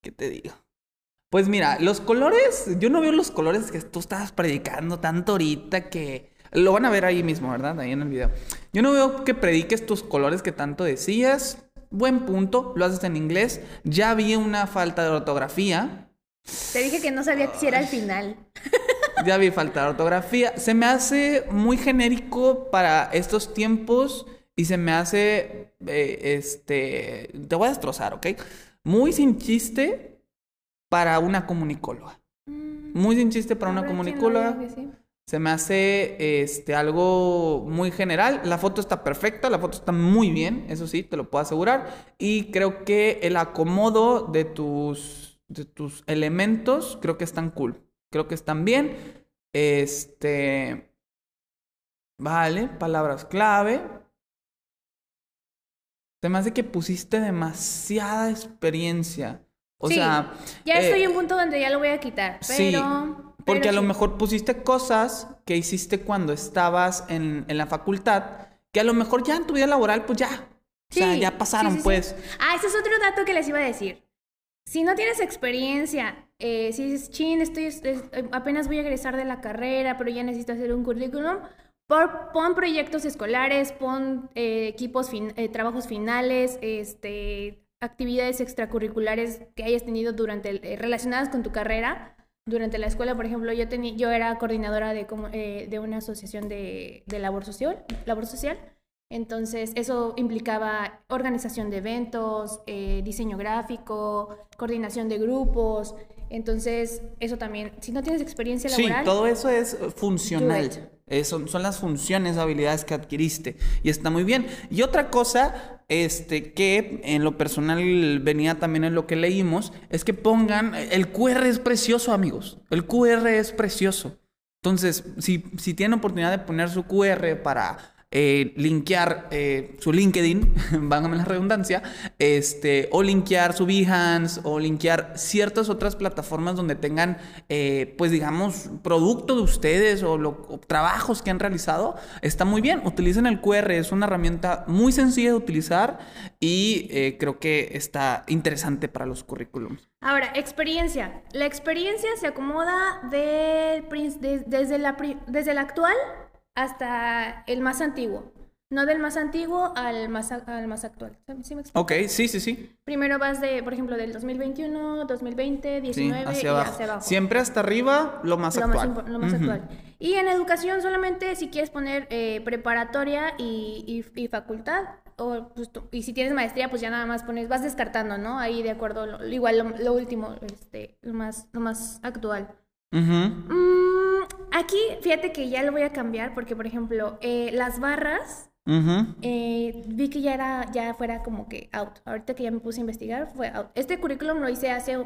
Speaker 1: ¿Qué te digo? Pues mira, los colores, yo no veo los colores que tú estabas predicando tanto ahorita que... Lo van a ver ahí mismo, ¿verdad? Ahí en el video. Yo no veo que prediques tus colores que tanto decías. Buen punto, lo haces en inglés. Ya vi una falta de ortografía.
Speaker 2: Te dije que no sabía que si era el final.
Speaker 1: Ya vi falta de ortografía. Se me hace muy genérico para estos tiempos y se me hace, eh, este, te voy a destrozar, ¿ok? Muy sin chiste para una comunicóloga.
Speaker 2: Mm,
Speaker 1: Muy sin chiste para una
Speaker 2: Habrá quien lo
Speaker 1: comunicóloga.
Speaker 2: diga que sí.
Speaker 1: Se me hace este, algo muy general. La foto está perfecta, la foto está muy bien, eso sí, te lo puedo asegurar. Y creo que el acomodo de tus, de tus elementos, creo que están cool. Creo que están bien. Este. Vale, palabras clave. Se me hace que pusiste demasiada experiencia. O
Speaker 2: Sí,
Speaker 1: sea.
Speaker 2: Ya
Speaker 1: eh,
Speaker 2: estoy en un punto donde ya lo voy a quitar. Pero,
Speaker 1: Sí, porque
Speaker 2: pero
Speaker 1: a lo
Speaker 2: sí.
Speaker 1: mejor pusiste cosas que hiciste cuando estabas en, en la facultad, que a lo mejor ya en tu vida laboral, pues ya. O sea,
Speaker 2: Sí,
Speaker 1: ya pasaron,
Speaker 2: sí, sí, sí.
Speaker 1: pues.
Speaker 2: Ah, ese es otro dato que les iba a decir. Si no tienes experiencia, eh, si dices, chin, estoy, es- es- apenas voy a egresar de la carrera, pero ya necesito hacer un currículum, por- pon proyectos escolares, pon eh, equipos, fin- eh, trabajos finales, este, actividades extracurriculares que hayas tenido durante el- eh, relacionadas con tu carrera. Durante la escuela, por ejemplo, yo, tenía yo era coordinadora de, como- eh, de una asociación de, de labor social, labor social. Entonces, eso implicaba organización de eventos, eh, diseño gráfico, coordinación de grupos. Entonces, eso también, si no tienes experiencia
Speaker 1: Sí,
Speaker 2: laboral,
Speaker 1: todo eso es eh,
Speaker 2: Do
Speaker 1: funcional.
Speaker 2: it.
Speaker 1: Eh, son, son las funciones, habilidades que adquiriste. Y está muy bien. Y otra cosa, este, que en lo personal venía también en lo que leímos, es que pongan. El QR es precioso, amigos. El QR es precioso. Entonces, si, si tienen oportunidad de poner su QR para eh, linkear eh, su LinkedIn, vágame la redundancia, este, o linkear su Behance, o linkear ciertas otras plataformas donde tengan, eh, pues digamos, producto de ustedes o, lo- o trabajos que han realizado, está muy bien. Utilicen el QR, es una herramienta muy sencilla de utilizar y eh, creo que está interesante para los currículums.
Speaker 2: Ahora, experiencia. La experiencia se acomoda del prin- des- desde, la, pri- desde el actual hasta el más antiguo. No del más antiguo al más, a- al más actual. ¿Sí me explico?
Speaker 1: Ok, sí, sí, sí.
Speaker 2: Primero vas de, por ejemplo, del 2021, 2020,
Speaker 1: Sí,
Speaker 2: 19 y
Speaker 1: hacia abajo.
Speaker 2: hacia abajo.
Speaker 1: Siempre hasta arriba, lo más
Speaker 2: lo
Speaker 1: actual.
Speaker 2: Más, impo- lo más
Speaker 1: Ujú.
Speaker 2: actual. Y en educación solamente si quieres poner eh, preparatoria y, y- y facultad. O, pues, tú- y si tienes maestría, pues ya nada más pones, vas descartando, ¿no? Ahí de acuerdo, lo- igual lo, lo último, este, lo más, lo más actual.
Speaker 1: Ujú.
Speaker 2: Mm, aquí, fíjate que ya lo voy a cambiar porque, por ejemplo, eh, las barras,
Speaker 1: Ujú.
Speaker 2: eh, vi que ya era, ya fuera como que out. Ahorita que ya me puse a investigar, fue out. Este currículum lo hice hace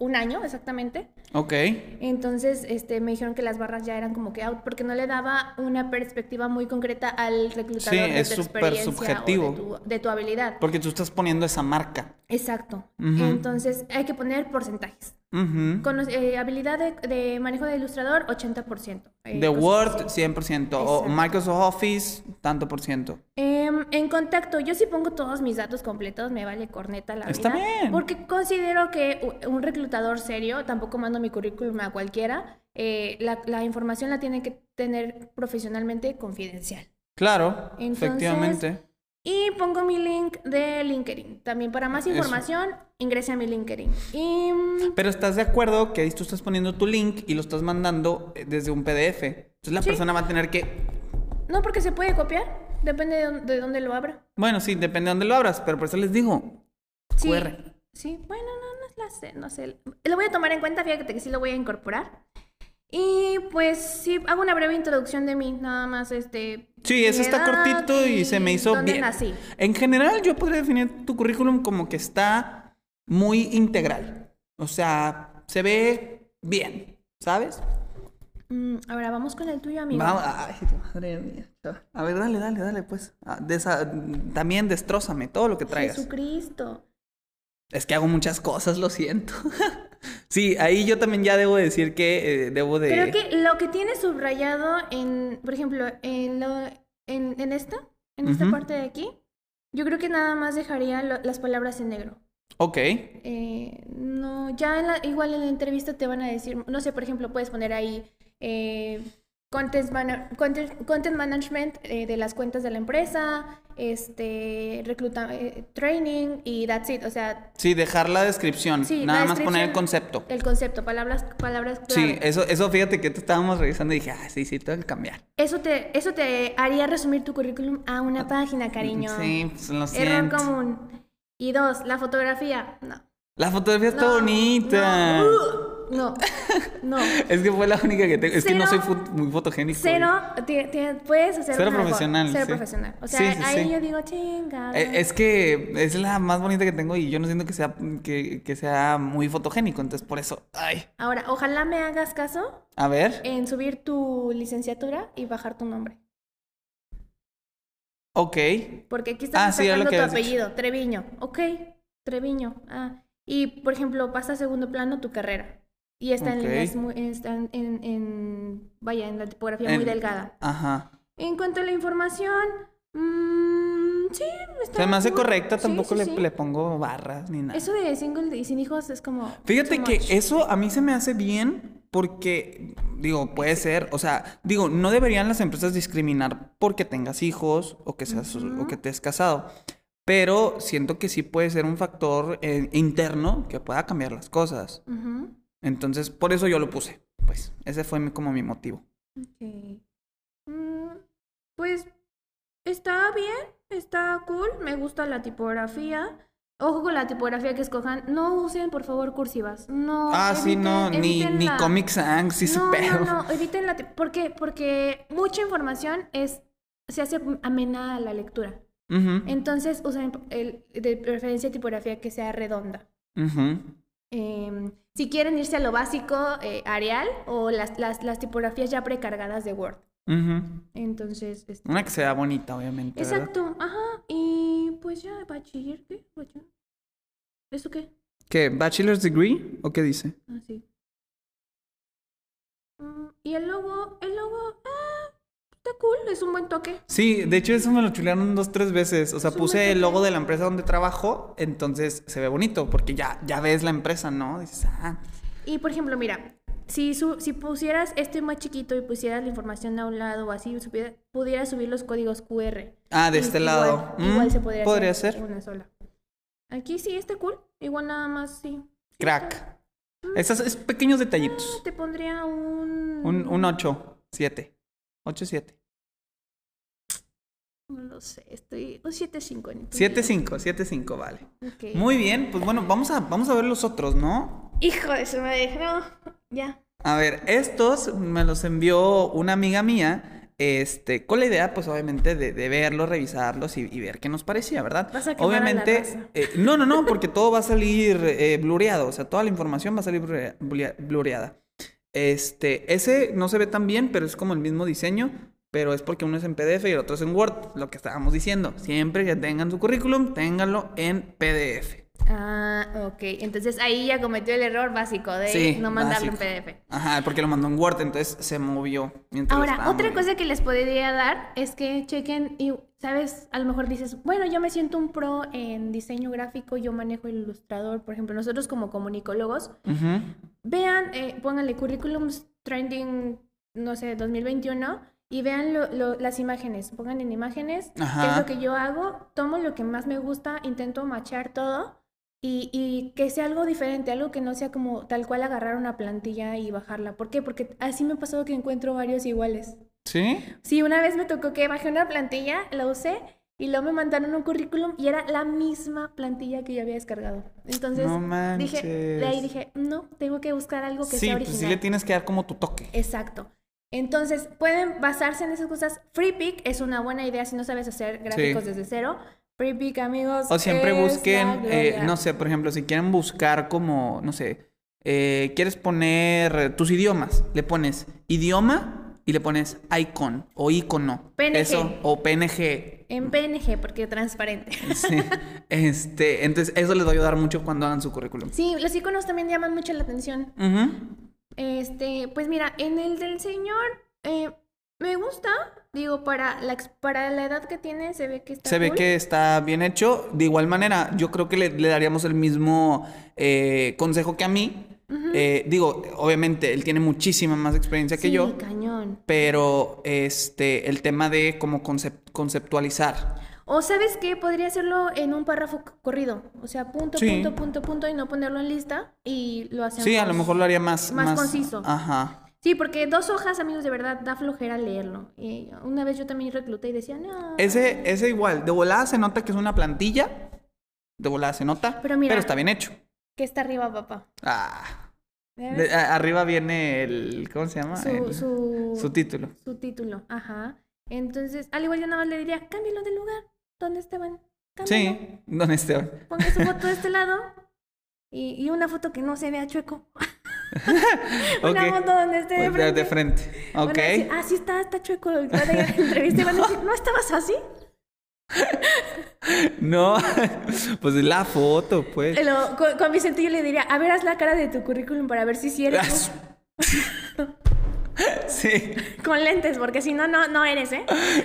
Speaker 2: un año exactamente.
Speaker 1: Ok.
Speaker 2: Entonces, este, me dijeron que las barras ya eran como que out, porque no le daba una perspectiva muy concreta al reclutador
Speaker 1: Sí,
Speaker 2: de
Speaker 1: es
Speaker 2: tu
Speaker 1: súper
Speaker 2: experiencia
Speaker 1: subjetivo.
Speaker 2: o de tu, de tu habilidad.
Speaker 1: Porque tú estás poniendo esa marca.
Speaker 2: Exacto.
Speaker 1: Ujú.
Speaker 2: Entonces, hay que poner porcentajes.
Speaker 1: Ujú.
Speaker 2: Cono- eh, habilidad de, de manejo de ilustrador, 80%. eh,
Speaker 1: De
Speaker 2: cosas
Speaker 1: Word,
Speaker 2: así.
Speaker 1: 100%. O
Speaker 2: Exacto.
Speaker 1: Microsoft Office, tanto por ciento.
Speaker 2: Em, en contacto, yo sí pongo todos mis datos completos, me vale corneta la
Speaker 1: Está
Speaker 2: vida,
Speaker 1: bien.
Speaker 2: Porque considero que u- un reclutador serio, tampoco mando mi currículum a cualquiera, eh, la, la información la tiene que tener profesionalmente confidencial.
Speaker 1: Claro,
Speaker 2: Entonces,
Speaker 1: efectivamente.
Speaker 2: Y pongo mi link de LinkedIn. También para más
Speaker 1: Eso.
Speaker 2: información, ingrese a mi LinkedIn. Y mm,
Speaker 1: Pero estás de acuerdo que ahí tú estás poniendo tu link y lo estás mandando eh, desde un PDF. Entonces la
Speaker 2: Sí.
Speaker 1: persona va a tener que.
Speaker 2: no porque se puede copiar, depende de, dónde- de dónde lo abra.
Speaker 1: Bueno, sí, depende de dónde lo abras, pero por eso les digo.
Speaker 2: Sí,
Speaker 1: QR.
Speaker 2: sí, bueno, no, no la sé, no sé. Lo voy a tomar en cuenta, fíjate que sí lo voy a incorporar. Y pues sí, hago una breve introducción de mí, nada más este...
Speaker 1: Sí, eso
Speaker 2: mi
Speaker 1: está
Speaker 2: edad
Speaker 1: cortito y se me hizo
Speaker 2: dónde
Speaker 1: bien.
Speaker 2: nací.
Speaker 1: En general, yo podría definir tu currículum como que está muy integral. O sea, se ve bien, ¿sabes?
Speaker 2: Mm, ahora vamos con el tuyo, amigo.
Speaker 1: Vamos, ay, madre mía. A ver, dale, dale, dale, pues. Ah, desa- también destrózame todo lo que traigas.
Speaker 2: Jesucristo.
Speaker 1: Es que hago muchas cosas, lo siento. sí, ahí yo también ya debo decir que eh, debo de...
Speaker 2: Creo que lo que tiene subrayado en, por ejemplo, en, lo, en, en esta, en esta
Speaker 1: Ujú.
Speaker 2: parte de aquí, yo creo que nada más dejaría lo- las palabras en negro.
Speaker 1: Ok,
Speaker 2: Eh, no, ya en la- igual en la entrevista te van a decir, no sé, por ejemplo, puedes poner ahí eh, content, mana- content- content management eh, de las cuentas de la empresa, este, recluta, eh, training y that's it, o sea,
Speaker 1: sí, dejar la descripción,
Speaker 2: Sí,
Speaker 1: nada
Speaker 2: la
Speaker 1: más poner el
Speaker 2: descripción-
Speaker 1: concepto.
Speaker 2: el concepto, palabras, palabras clave.
Speaker 1: Sí, eso, eso fíjate que te estábamos revisando y dije, ah, sí, sí, tengo que cambiar.
Speaker 2: Eso te, eso te haría resumir tu currículum a una página, cariño.
Speaker 1: Ah, Sí, pues lo
Speaker 2: Error
Speaker 1: siento.
Speaker 2: común. Y dos, la fotografía. No.
Speaker 1: La fotografía está
Speaker 2: No,
Speaker 1: bonita.
Speaker 2: No. No. no.
Speaker 1: Es que fue la única que tengo. Es que no soy
Speaker 2: Cero-
Speaker 1: fo- muy fotogénico.
Speaker 2: Cero, ti- ti- puedes hacer
Speaker 1: Cero
Speaker 2: una mejor,
Speaker 1: profesional,
Speaker 2: Cero
Speaker 1: sí.
Speaker 2: profesional. O sea,
Speaker 1: Sí, sí,
Speaker 2: ahí
Speaker 1: sí.
Speaker 2: yo digo, chinga.
Speaker 1: Eh, Es que es la más bonita que tengo y yo no siento que sea, que, que sea muy fotogénico, entonces por eso, ay.
Speaker 2: Ahora, ojalá me hagas caso
Speaker 1: A ver.
Speaker 2: en subir tu licenciatura y bajar tu nombre.
Speaker 1: Ok.
Speaker 2: Porque aquí estamos
Speaker 1: Ah, sí, era lo
Speaker 2: sacando
Speaker 1: que
Speaker 2: tu
Speaker 1: habías dicho.
Speaker 2: apellido, Treviño. Ok, Treviño. Ah. Y, por ejemplo, pasa a segundo plano tu carrera. Y está en
Speaker 1: Ok.
Speaker 2: líneas muy- está en, en- en- vaya, en la tipografía muy
Speaker 1: En-
Speaker 2: delgada.
Speaker 1: Ajá.
Speaker 2: En cuanto a la información, mm, sí, está
Speaker 1: Se me hace
Speaker 2: muy-
Speaker 1: correcta,
Speaker 2: sí,
Speaker 1: tampoco
Speaker 2: sí,
Speaker 1: le,
Speaker 2: sí.
Speaker 1: le pongo barras ni nada.
Speaker 2: Eso de single y sin hijos es como...
Speaker 1: Fíjate
Speaker 2: too
Speaker 1: que
Speaker 2: much.
Speaker 1: eso a mí se me hace bien porque, digo, puede ser, o sea, digo, no deberían las empresas discriminar porque tengas hijos o que seas o que te has casado, pero siento que sí puede ser un factor eh, interno que pueda cambiar las cosas.
Speaker 2: Ujú.
Speaker 1: Entonces, por eso yo lo puse. Pues, ese fue mi- como mi motivo.
Speaker 2: Ok. Mm, pues está bien, está cool, me gusta la tipografía. Ojo con la tipografía que escojan. No usen, por favor, cursivas. No.
Speaker 1: ah, sí, no,
Speaker 2: eviten-
Speaker 1: ni,
Speaker 2: eviten
Speaker 1: ni
Speaker 2: la-
Speaker 1: Comic Sans, sí,
Speaker 2: no,
Speaker 1: pero.
Speaker 2: No, no, eviten la. tip- ¿Por qué? Porque mucha información es se hace amena a la lectura.
Speaker 1: Ujú,
Speaker 2: Entonces usen el, de preferencia tipografía que sea redonda.
Speaker 1: ujú.
Speaker 2: Em, si quieren irse a lo básico, eh, Arial o las, las, las tipografías ya precargadas de Word.
Speaker 1: Ujú.
Speaker 2: Entonces, este,
Speaker 1: Una que sea bonita, obviamente. ¿verdad?
Speaker 2: Exacto, ajá. Y pues ya, bachiller, ¿qué? Bachiller. ¿Eso qué?
Speaker 1: ¿Qué? ¿Bachelor's degree? ¿O qué dice?
Speaker 2: Ah, sí. Mm, y el logo, el logo, ah, está cool, es un buen toque.
Speaker 1: Sí, de hecho eso me lo chulearon dos, tres veces. O sea,
Speaker 2: Es un
Speaker 1: puse
Speaker 2: buen
Speaker 1: el
Speaker 2: toque.
Speaker 1: logo de la empresa donde trabajo, entonces se ve bonito, porque ya, ya ves la empresa, ¿no? Dices, ah,
Speaker 2: Y por ejemplo, mira, si, su- si pusieras este más chiquito y pusieras la información a un lado o así, supiera- pudieras subir los códigos QR.
Speaker 1: ah de
Speaker 2: Y
Speaker 1: este
Speaker 2: igual-
Speaker 1: lado.
Speaker 2: Igual,
Speaker 1: Mm,
Speaker 2: se podría,
Speaker 1: podría
Speaker 2: hacer
Speaker 1: ser.
Speaker 2: una sola. Aquí sí, está cool. Igual nada más, sí. Ah,
Speaker 1: Crack. Esos, esos pequeños detallitos.
Speaker 2: Te pondría un...
Speaker 1: Un, un 8, 7. 8, 7.
Speaker 2: No lo sé, estoy. Un 7-5 en
Speaker 1: 7, 5, 7, 5, vale.
Speaker 2: Ok.
Speaker 1: Muy bien, pues bueno, vamos a, vamos a ver los otros, ¿no?
Speaker 2: Hijo de su madre. No, ya.
Speaker 1: A ver, estos me los envió una amiga mía Este, con la idea, pues obviamente, de, de verlos, revisarlos y, y ver qué nos parecía, ¿verdad?
Speaker 2: Vas a quemar a la
Speaker 1: obviamente,
Speaker 2: raza.
Speaker 1: eh, no, no, no, porque todo va a salir eh, blureado, o sea, toda la información va a salir blurea- blurea- blureada. Este, ese no se ve tan bien, pero es como el mismo diseño, pero es porque uno es en PDF y el otro es en Word, lo que estábamos diciendo. Siempre que tengan su currículum, ténganlo en PDF.
Speaker 2: Ah, ok. Entonces ahí ya cometió el error básico de
Speaker 1: Sí,
Speaker 2: no mandarlo en
Speaker 1: básico.
Speaker 2: PDF.
Speaker 1: Ajá, porque lo mandó en Word, entonces se movió. mientras lo
Speaker 2: Ahora,
Speaker 1: estaba
Speaker 2: otra
Speaker 1: moviendo.
Speaker 2: cosa que les podría dar es que chequen y, ¿sabes? A lo mejor dices, bueno, yo me siento un pro en diseño gráfico, yo manejo el ilustrador, por ejemplo, nosotros como comunicólogos,
Speaker 1: Ujú.
Speaker 2: vean, eh, pónganle currículums trending, no sé, 2021 y vean lo- lo- las imágenes, pongan en imágenes qué es
Speaker 1: Ajá.
Speaker 2: lo que yo hago, tomo lo que más me gusta, intento machar todo y, y que sea algo diferente, algo que no sea como tal cual agarrar una plantilla y bajarla. ¿Por qué? Porque así me ha pasado que encuentro varios iguales.
Speaker 1: ¿Sí?
Speaker 2: Sí, una vez me tocó que bajé una plantilla, la usé y luego me mandaron un currículum y era la misma plantilla que yo había descargado. Entonces
Speaker 1: No manches.
Speaker 2: dije, de ahí dije, no, tengo que buscar algo que
Speaker 1: sí,
Speaker 2: sea
Speaker 1: pues
Speaker 2: original.
Speaker 1: sí le tienes que dar como tu toque.
Speaker 2: Exacto. Entonces, pueden basarse en esas cosas. Free pick es una buena idea si no sabes hacer gráficos
Speaker 1: Sí.
Speaker 2: desde cero. Free pick, amigos.
Speaker 1: O siempre
Speaker 2: es la
Speaker 1: busquen, eh,
Speaker 2: gloria.
Speaker 1: no sé, por ejemplo, si quieren buscar como, no sé, eh, quieres poner eh, tus idiomas, le pones idioma y le pones icon o icono.
Speaker 2: PNG.
Speaker 1: Eso, o PNG.
Speaker 2: En PNG, porque transparente.
Speaker 1: Sí. este, entonces, eso les va a ayudar mucho cuando hagan su currículum.
Speaker 2: Sí, los iconos también llaman mucho la atención.
Speaker 1: Ujú.
Speaker 2: Este, pues mira, en el del señor eh, me gusta. Digo, para la, ex- para la edad que tiene, se ve que está.
Speaker 1: Se ve
Speaker 2: cool.
Speaker 1: que está bien hecho. De igual manera, yo creo que le, le daríamos el mismo eh, consejo que a mí. Eh, digo, obviamente, él tiene muchísima más experiencia que
Speaker 2: Sí,
Speaker 1: yo.
Speaker 2: cañón.
Speaker 1: Pero este, el tema de cómo concep- conceptualizar.
Speaker 2: O sabes qué, podría hacerlo en un párrafo c- corrido. O sea, punto,
Speaker 1: Sí.
Speaker 2: punto, punto, punto y no ponerlo en lista y lo hacemos.
Speaker 1: Sí, a lo mejor lo haría más...
Speaker 2: más conciso.
Speaker 1: Ajá.
Speaker 2: Sí, porque dos hojas, amigos, de verdad da flojera leerlo. Y una vez yo también recluté y decía, no.
Speaker 1: Ese, ese igual, de volada se nota que es una plantilla. De volada se nota.
Speaker 2: Pero mira.
Speaker 1: está bien hecho.
Speaker 2: Que está arriba, papá.
Speaker 1: Ah.
Speaker 2: ¿Ya
Speaker 1: De-
Speaker 2: ves?
Speaker 1: a- arriba viene el... ¿Cómo se llama?
Speaker 2: Su,
Speaker 1: El-
Speaker 2: su,
Speaker 1: ah, eh, su título.
Speaker 2: su título. Ajá. Entonces, al igual yo nada más le diría, cámbialo de lugar. ¿Dónde Esteban? Cámbialo.
Speaker 1: Sí, don Esteban.
Speaker 2: Ponga su foto de este lado y, y una foto que no se vea chueco.
Speaker 1: Ok.
Speaker 2: Una foto donde esté de
Speaker 1: Pues, de-
Speaker 2: frente.
Speaker 1: de frente.
Speaker 2: Van a
Speaker 1: Ok.
Speaker 2: decir, ah, Este, sí está, está chueco. Van a ir a la entrevista y van a decir, ¿no estabas así?
Speaker 1: No, pues es la foto, pues.
Speaker 2: Pero con, con Vicente yo le diría, a ver, haz la cara de tu currículum para ver si sí eres
Speaker 1: Ah, su-
Speaker 2: tú".
Speaker 1: Sí,
Speaker 2: con lentes, porque si no, no, no eres, ¿eh?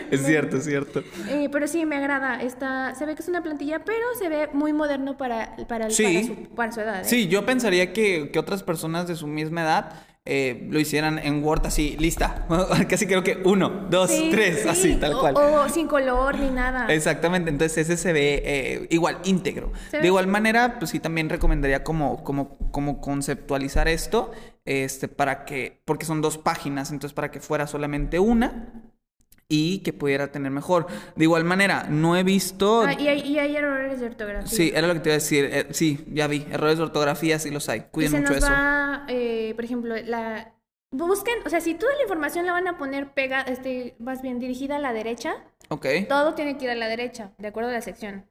Speaker 1: es cierto, es cierto.
Speaker 2: Eh, Pero sí, me agrada. Está, se ve que es una plantilla, pero se ve muy moderno para, para, el-
Speaker 1: Sí.
Speaker 2: para, su, para su edad. ¿eh?
Speaker 1: Sí, yo pensaría que, que otras personas de su misma edad eh, lo hicieran en Word así, lista. Casi creo que uno, dos,
Speaker 2: Sí,
Speaker 1: tres,
Speaker 2: sí.
Speaker 1: así, tal
Speaker 2: O-
Speaker 1: cual.
Speaker 2: O, sin color ni nada.
Speaker 1: Exactamente, entonces ese se ve eh, igual, íntegro.
Speaker 2: Se
Speaker 1: de
Speaker 2: ve
Speaker 1: igual manera, pues sí, también recomendaría como, como, como conceptualizar esto, este, para que, porque son dos páginas, entonces para que fuera solamente una y que pudiera tener mejor. De igual manera, no he visto...
Speaker 2: Ah, y, hay, y hay errores de ortografía.
Speaker 1: Sí, era lo que te iba a decir. eh, sí, ya vi. Errores de ortografía sí los hay.
Speaker 2: y
Speaker 1: Cuiden
Speaker 2: se
Speaker 1: mucho
Speaker 2: nos
Speaker 1: eso.
Speaker 2: va, eh, por ejemplo, la... Busquen, o sea, si toda la información la van a poner pega, este, más bien dirigida a la derecha,
Speaker 1: Ok.
Speaker 2: Todo tiene que ir a la derecha, de acuerdo a la sección.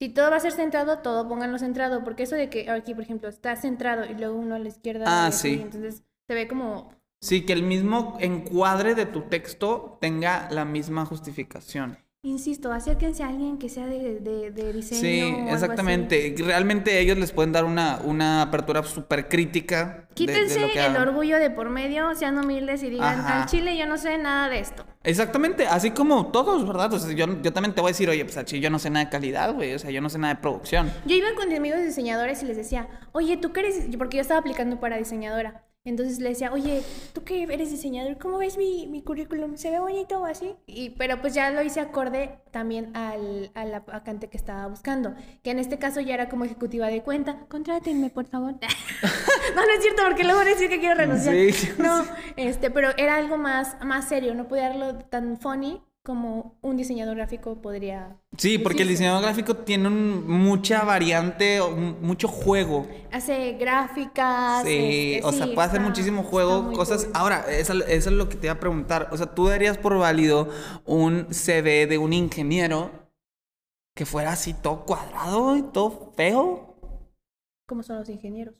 Speaker 2: Si todo va a ser centrado, todo pónganlo centrado, porque eso de que aquí, por ejemplo, está centrado y luego uno a la izquierda.
Speaker 1: Ah,
Speaker 2: y así,
Speaker 1: sí.
Speaker 2: Entonces se ve como...
Speaker 1: Sí, que el mismo encuadre de tu texto tenga la misma justificación.
Speaker 2: Insisto, acérquense a alguien que sea de, de, de diseño.
Speaker 1: Sí,
Speaker 2: o algo así.
Speaker 1: exactamente. Realmente ellos les pueden dar una, una apertura súper crítica. de- de lo
Speaker 2: Quítense
Speaker 1: que
Speaker 2: el
Speaker 1: hagan.
Speaker 2: orgullo de por medio, sean humildes y digan,
Speaker 1: Ajá.
Speaker 2: al chile yo no sé nada de esto. Exactamente.
Speaker 1: Exactamente, así como todos, ¿verdad? O sea, yo, yo también te voy a decir, oye, pues al chile yo no sé nada de calidad, güey. O sea, yo no sé nada de producción.
Speaker 2: Yo iba con mis amigos diseñadores y les decía, oye, ¿tú qué eres? yo- Porque yo estaba aplicando para diseñadora. Entonces les decía, oye, ¿tú qué eres diseñador? ¿Cómo ves mi, mi currículum? ¿Se ve bonito o así? Y, pero pues ya lo hice acorde también al, a la vacante que estaba buscando. Que en este caso ya era como ejecutiva de cuenta. Contrátenme, por favor. no, no es cierto, porque luego van a decir que quiero renunciar.
Speaker 1: Sí.
Speaker 2: No, este, pero era algo más, más serio. No podía darlo tan funny como un diseñador gráfico podría...
Speaker 1: Sí, porque el
Speaker 2: decirse.
Speaker 1: diseñador gráfico tiene un- mucha variante, o mu- mucho juego.
Speaker 2: Hace gráficas.
Speaker 1: Sí,
Speaker 2: este,
Speaker 1: o sea,
Speaker 2: sí,
Speaker 1: puede hacer
Speaker 2: está-
Speaker 1: muchísimo
Speaker 2: está
Speaker 1: juego,
Speaker 2: muy
Speaker 1: cosas.
Speaker 2: cool.
Speaker 1: Ahora, eso, eso es lo que te iba a preguntar. O sea, tú darías por válido un CV de un ingeniero que fuera así todo cuadrado y todo feo.
Speaker 2: ¿Cómo son los ingenieros?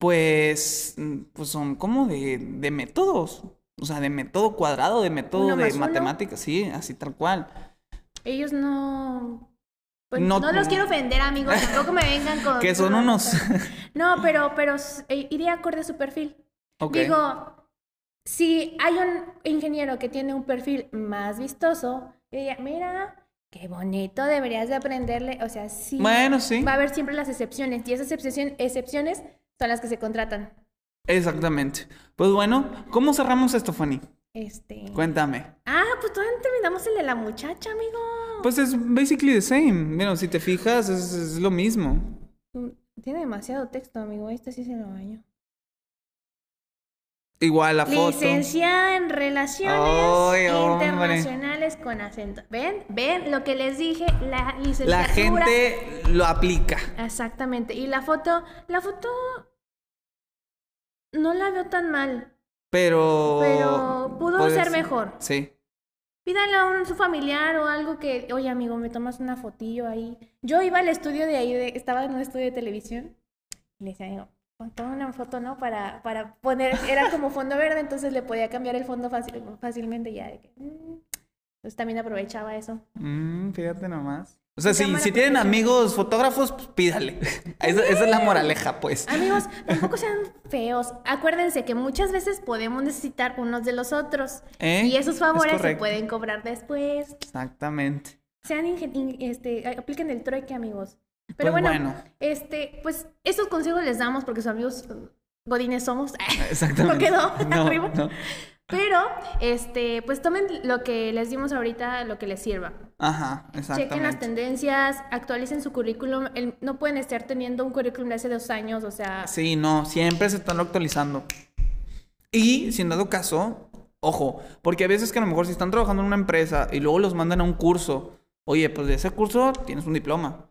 Speaker 1: Pues, mm, pues son como de, de métodos. O sea, de método cuadrado, de método
Speaker 2: Uno
Speaker 1: de
Speaker 2: más uno.
Speaker 1: matemáticas, sí, así tal cual.
Speaker 2: Ellos no... Pues,
Speaker 1: No-
Speaker 2: no, los quiero ofender, amigos. Tampoco me vengan con...
Speaker 1: Que son unos.
Speaker 2: ah. No, pero, pero eh, iría acorde a su perfil.
Speaker 1: Ok.
Speaker 2: Digo, si hay un ingeniero que tiene un perfil más vistoso, yo diría, mira, qué bonito, deberías de aprenderle. O sea, sí.
Speaker 1: Bueno, sí.
Speaker 2: Va a haber siempre las excepciones. Y esas excepcion- excepciones son las que se contratan.
Speaker 1: Exactamente. Pues bueno, ¿cómo cerramos esto, Fanny?
Speaker 2: Este.
Speaker 1: Cuéntame.
Speaker 2: Ah, pues todavía no terminamos el de la muchacha, amigo.
Speaker 1: Pues es basically the same. Bueno, si te fijas, es, es lo mismo.
Speaker 2: Mm, Tiene demasiado texto, amigo. Este sí se lo baño.
Speaker 1: Igual la foto.
Speaker 2: Licenciada en Relaciones
Speaker 1: Ay, hombre.
Speaker 2: Internacionales con acento. ¿Ven? ¿Ven lo que les dije? La licenciatura.
Speaker 1: La gente lo aplica.
Speaker 2: Exactamente. Y la foto, la foto no la veo tan mal,
Speaker 1: Pero.
Speaker 2: pero
Speaker 1: Oh,
Speaker 2: pudo
Speaker 1: podría
Speaker 2: ser mejor.
Speaker 1: Sí.
Speaker 2: Pídale a un, su familiar o algo que, oye amigo, me tomas una fotillo ahí. Yo iba al estudio de ahí, de- estaba en un estudio de televisión, y le decía, amigo, toma una foto, ¿no? Para, para poner, era como fondo verde, entonces le podía cambiar el fondo fácil- fácilmente ya. de que, mm. Entonces también aprovechaba eso.
Speaker 1: Mm, fíjate nomás. O sea,
Speaker 2: Se
Speaker 1: si,
Speaker 2: llama
Speaker 1: si
Speaker 2: la
Speaker 1: tienen
Speaker 2: protección.
Speaker 1: amigos fotógrafos, pues pídale. Esa, esa es la moraleja, pues.
Speaker 2: Amigos, tampoco sean feos. Acuérdense que muchas veces podemos necesitar unos de los otros.
Speaker 1: ¿Eh?
Speaker 2: Y esos favores
Speaker 1: Es
Speaker 2: se
Speaker 1: correcto.
Speaker 2: pueden cobrar después.
Speaker 1: Exactamente.
Speaker 2: Sean ingen- in- este, a- apliquen el trueque, amigos. Pero
Speaker 1: Pues
Speaker 2: bueno,
Speaker 1: bueno.
Speaker 2: este, pues estos consejos les damos porque sus amigos eh, godines somos.
Speaker 1: Exactamente.
Speaker 2: No quedó
Speaker 1: No,
Speaker 2: arriba.
Speaker 1: no.
Speaker 2: Pero, este, pues tomen lo que les dimos ahorita, lo que les sirva.
Speaker 1: Ajá, exactamente.
Speaker 2: Chequen las tendencias, actualicen su currículum. El- no pueden estar teniendo un currículum de hace dos años, o sea,
Speaker 1: Sí, no, siempre se están actualizando. Y, si en dado caso, ojo, porque a veces que a lo mejor si están trabajando en una empresa y luego los mandan a un curso, oye, pues de ese curso tienes un diploma.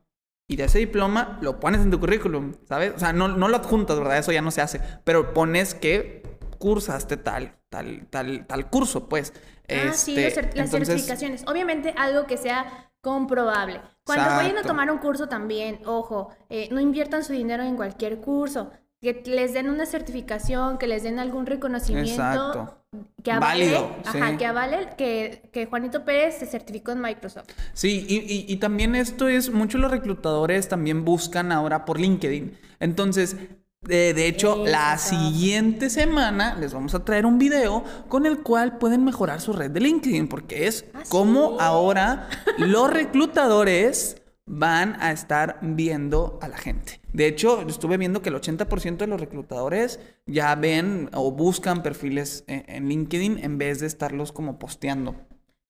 Speaker 1: Y de ese diploma lo pones en tu currículum, ¿sabes? O sea, no, no lo adjuntas, ¿verdad? Eso ya no se hace. Pero pones que cursaste tal, tal, tal, tal curso, pues.
Speaker 2: Ah, sí,
Speaker 1: Este,
Speaker 2: los cer- las
Speaker 1: entonces,
Speaker 2: certificaciones. Obviamente algo que sea comprobable. Cuando vayan a
Speaker 1: Exacto.
Speaker 2: tomar un curso también, ojo, eh, no inviertan su dinero en cualquier curso. Que les den una certificación, que les den algún reconocimiento.
Speaker 1: Exacto.
Speaker 2: Que avale,
Speaker 1: Válido,
Speaker 2: ajá,
Speaker 1: sí.
Speaker 2: que avale que, que Juanito Pérez se certificó en Microsoft.
Speaker 1: Sí, y, y- y también esto es, muchos los reclutadores también buscan ahora por LinkedIn. Entonces, de, de hecho, la
Speaker 2: Eso.
Speaker 1: siguiente semana les vamos a traer un video con el cual pueden mejorar su red de LinkedIn, porque es
Speaker 2: Ah,
Speaker 1: como
Speaker 2: sí.
Speaker 1: ahora los reclutadores van a estar viendo a la gente. De hecho, estuve viendo que el 80% de los reclutadores ya ven o buscan perfiles en, en LinkedIn en vez de estarlos como posteando.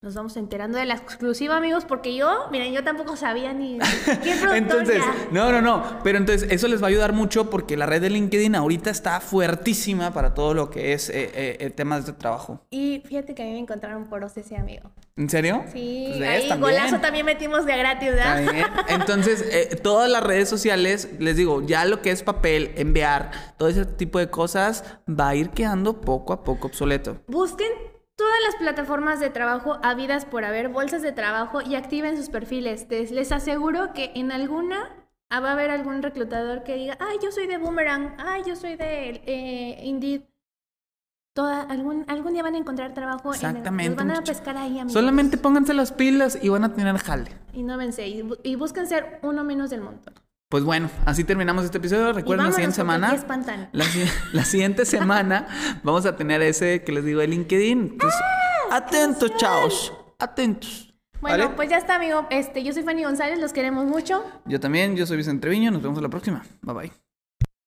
Speaker 2: Nos vamos enterando de la exclusiva, amigos, porque yo, miren, yo tampoco sabía ni qué productor
Speaker 1: Entonces,
Speaker 2: ya.
Speaker 1: no, no, no. Pero entonces eso les va a ayudar mucho porque la red de LinkedIn ahorita está fuertísima para todo lo que es eh, eh, eh, temas de trabajo.
Speaker 2: Y fíjate que a mí me encontraron por ese amigo.
Speaker 1: ¿En serio?
Speaker 2: Sí,
Speaker 1: Pues ves,
Speaker 2: ahí
Speaker 1: también.
Speaker 2: golazo también metimos de gratis, ¿verdad?
Speaker 1: Está bien. Entonces, eh, todas las redes sociales, les digo, ya lo que es papel, enviar, todo ese tipo de cosas va a ir quedando poco a poco obsoleto.
Speaker 2: Busquen todas las plataformas de trabajo habidas por haber, bolsas de trabajo y activen sus perfiles. Te- Les aseguro que en alguna ah, va a haber algún reclutador que diga, ay, yo soy de Boomerang, ay, yo soy de eh, Indeed. Toda, algún, algún día van a encontrar trabajo. en el-
Speaker 1: Exactamente,
Speaker 2: los van a
Speaker 1: muchachos.
Speaker 2: pescar ahí, amigos.
Speaker 1: Solamente pónganse las pilas y van a tener jale.
Speaker 2: Innóvense y, bu- y busquen ser uno menos del montón.
Speaker 1: Pues bueno, así terminamos este episodio. Recuerden la
Speaker 2: vámonos,
Speaker 1: siguiente
Speaker 2: porque
Speaker 1: semana.
Speaker 2: aquí espantan.
Speaker 1: La, si- la siguiente semana vamos a tener ese que les digo de LinkedIn. Entonces, atentos, chavos. Atentos.
Speaker 2: Bueno,
Speaker 1: ¿Vale?
Speaker 2: pues ya está, amigo. Este, yo soy Fanny González, los queremos mucho.
Speaker 1: Yo también, yo soy Vicente Treviño. Nos vemos en la próxima. Bye bye.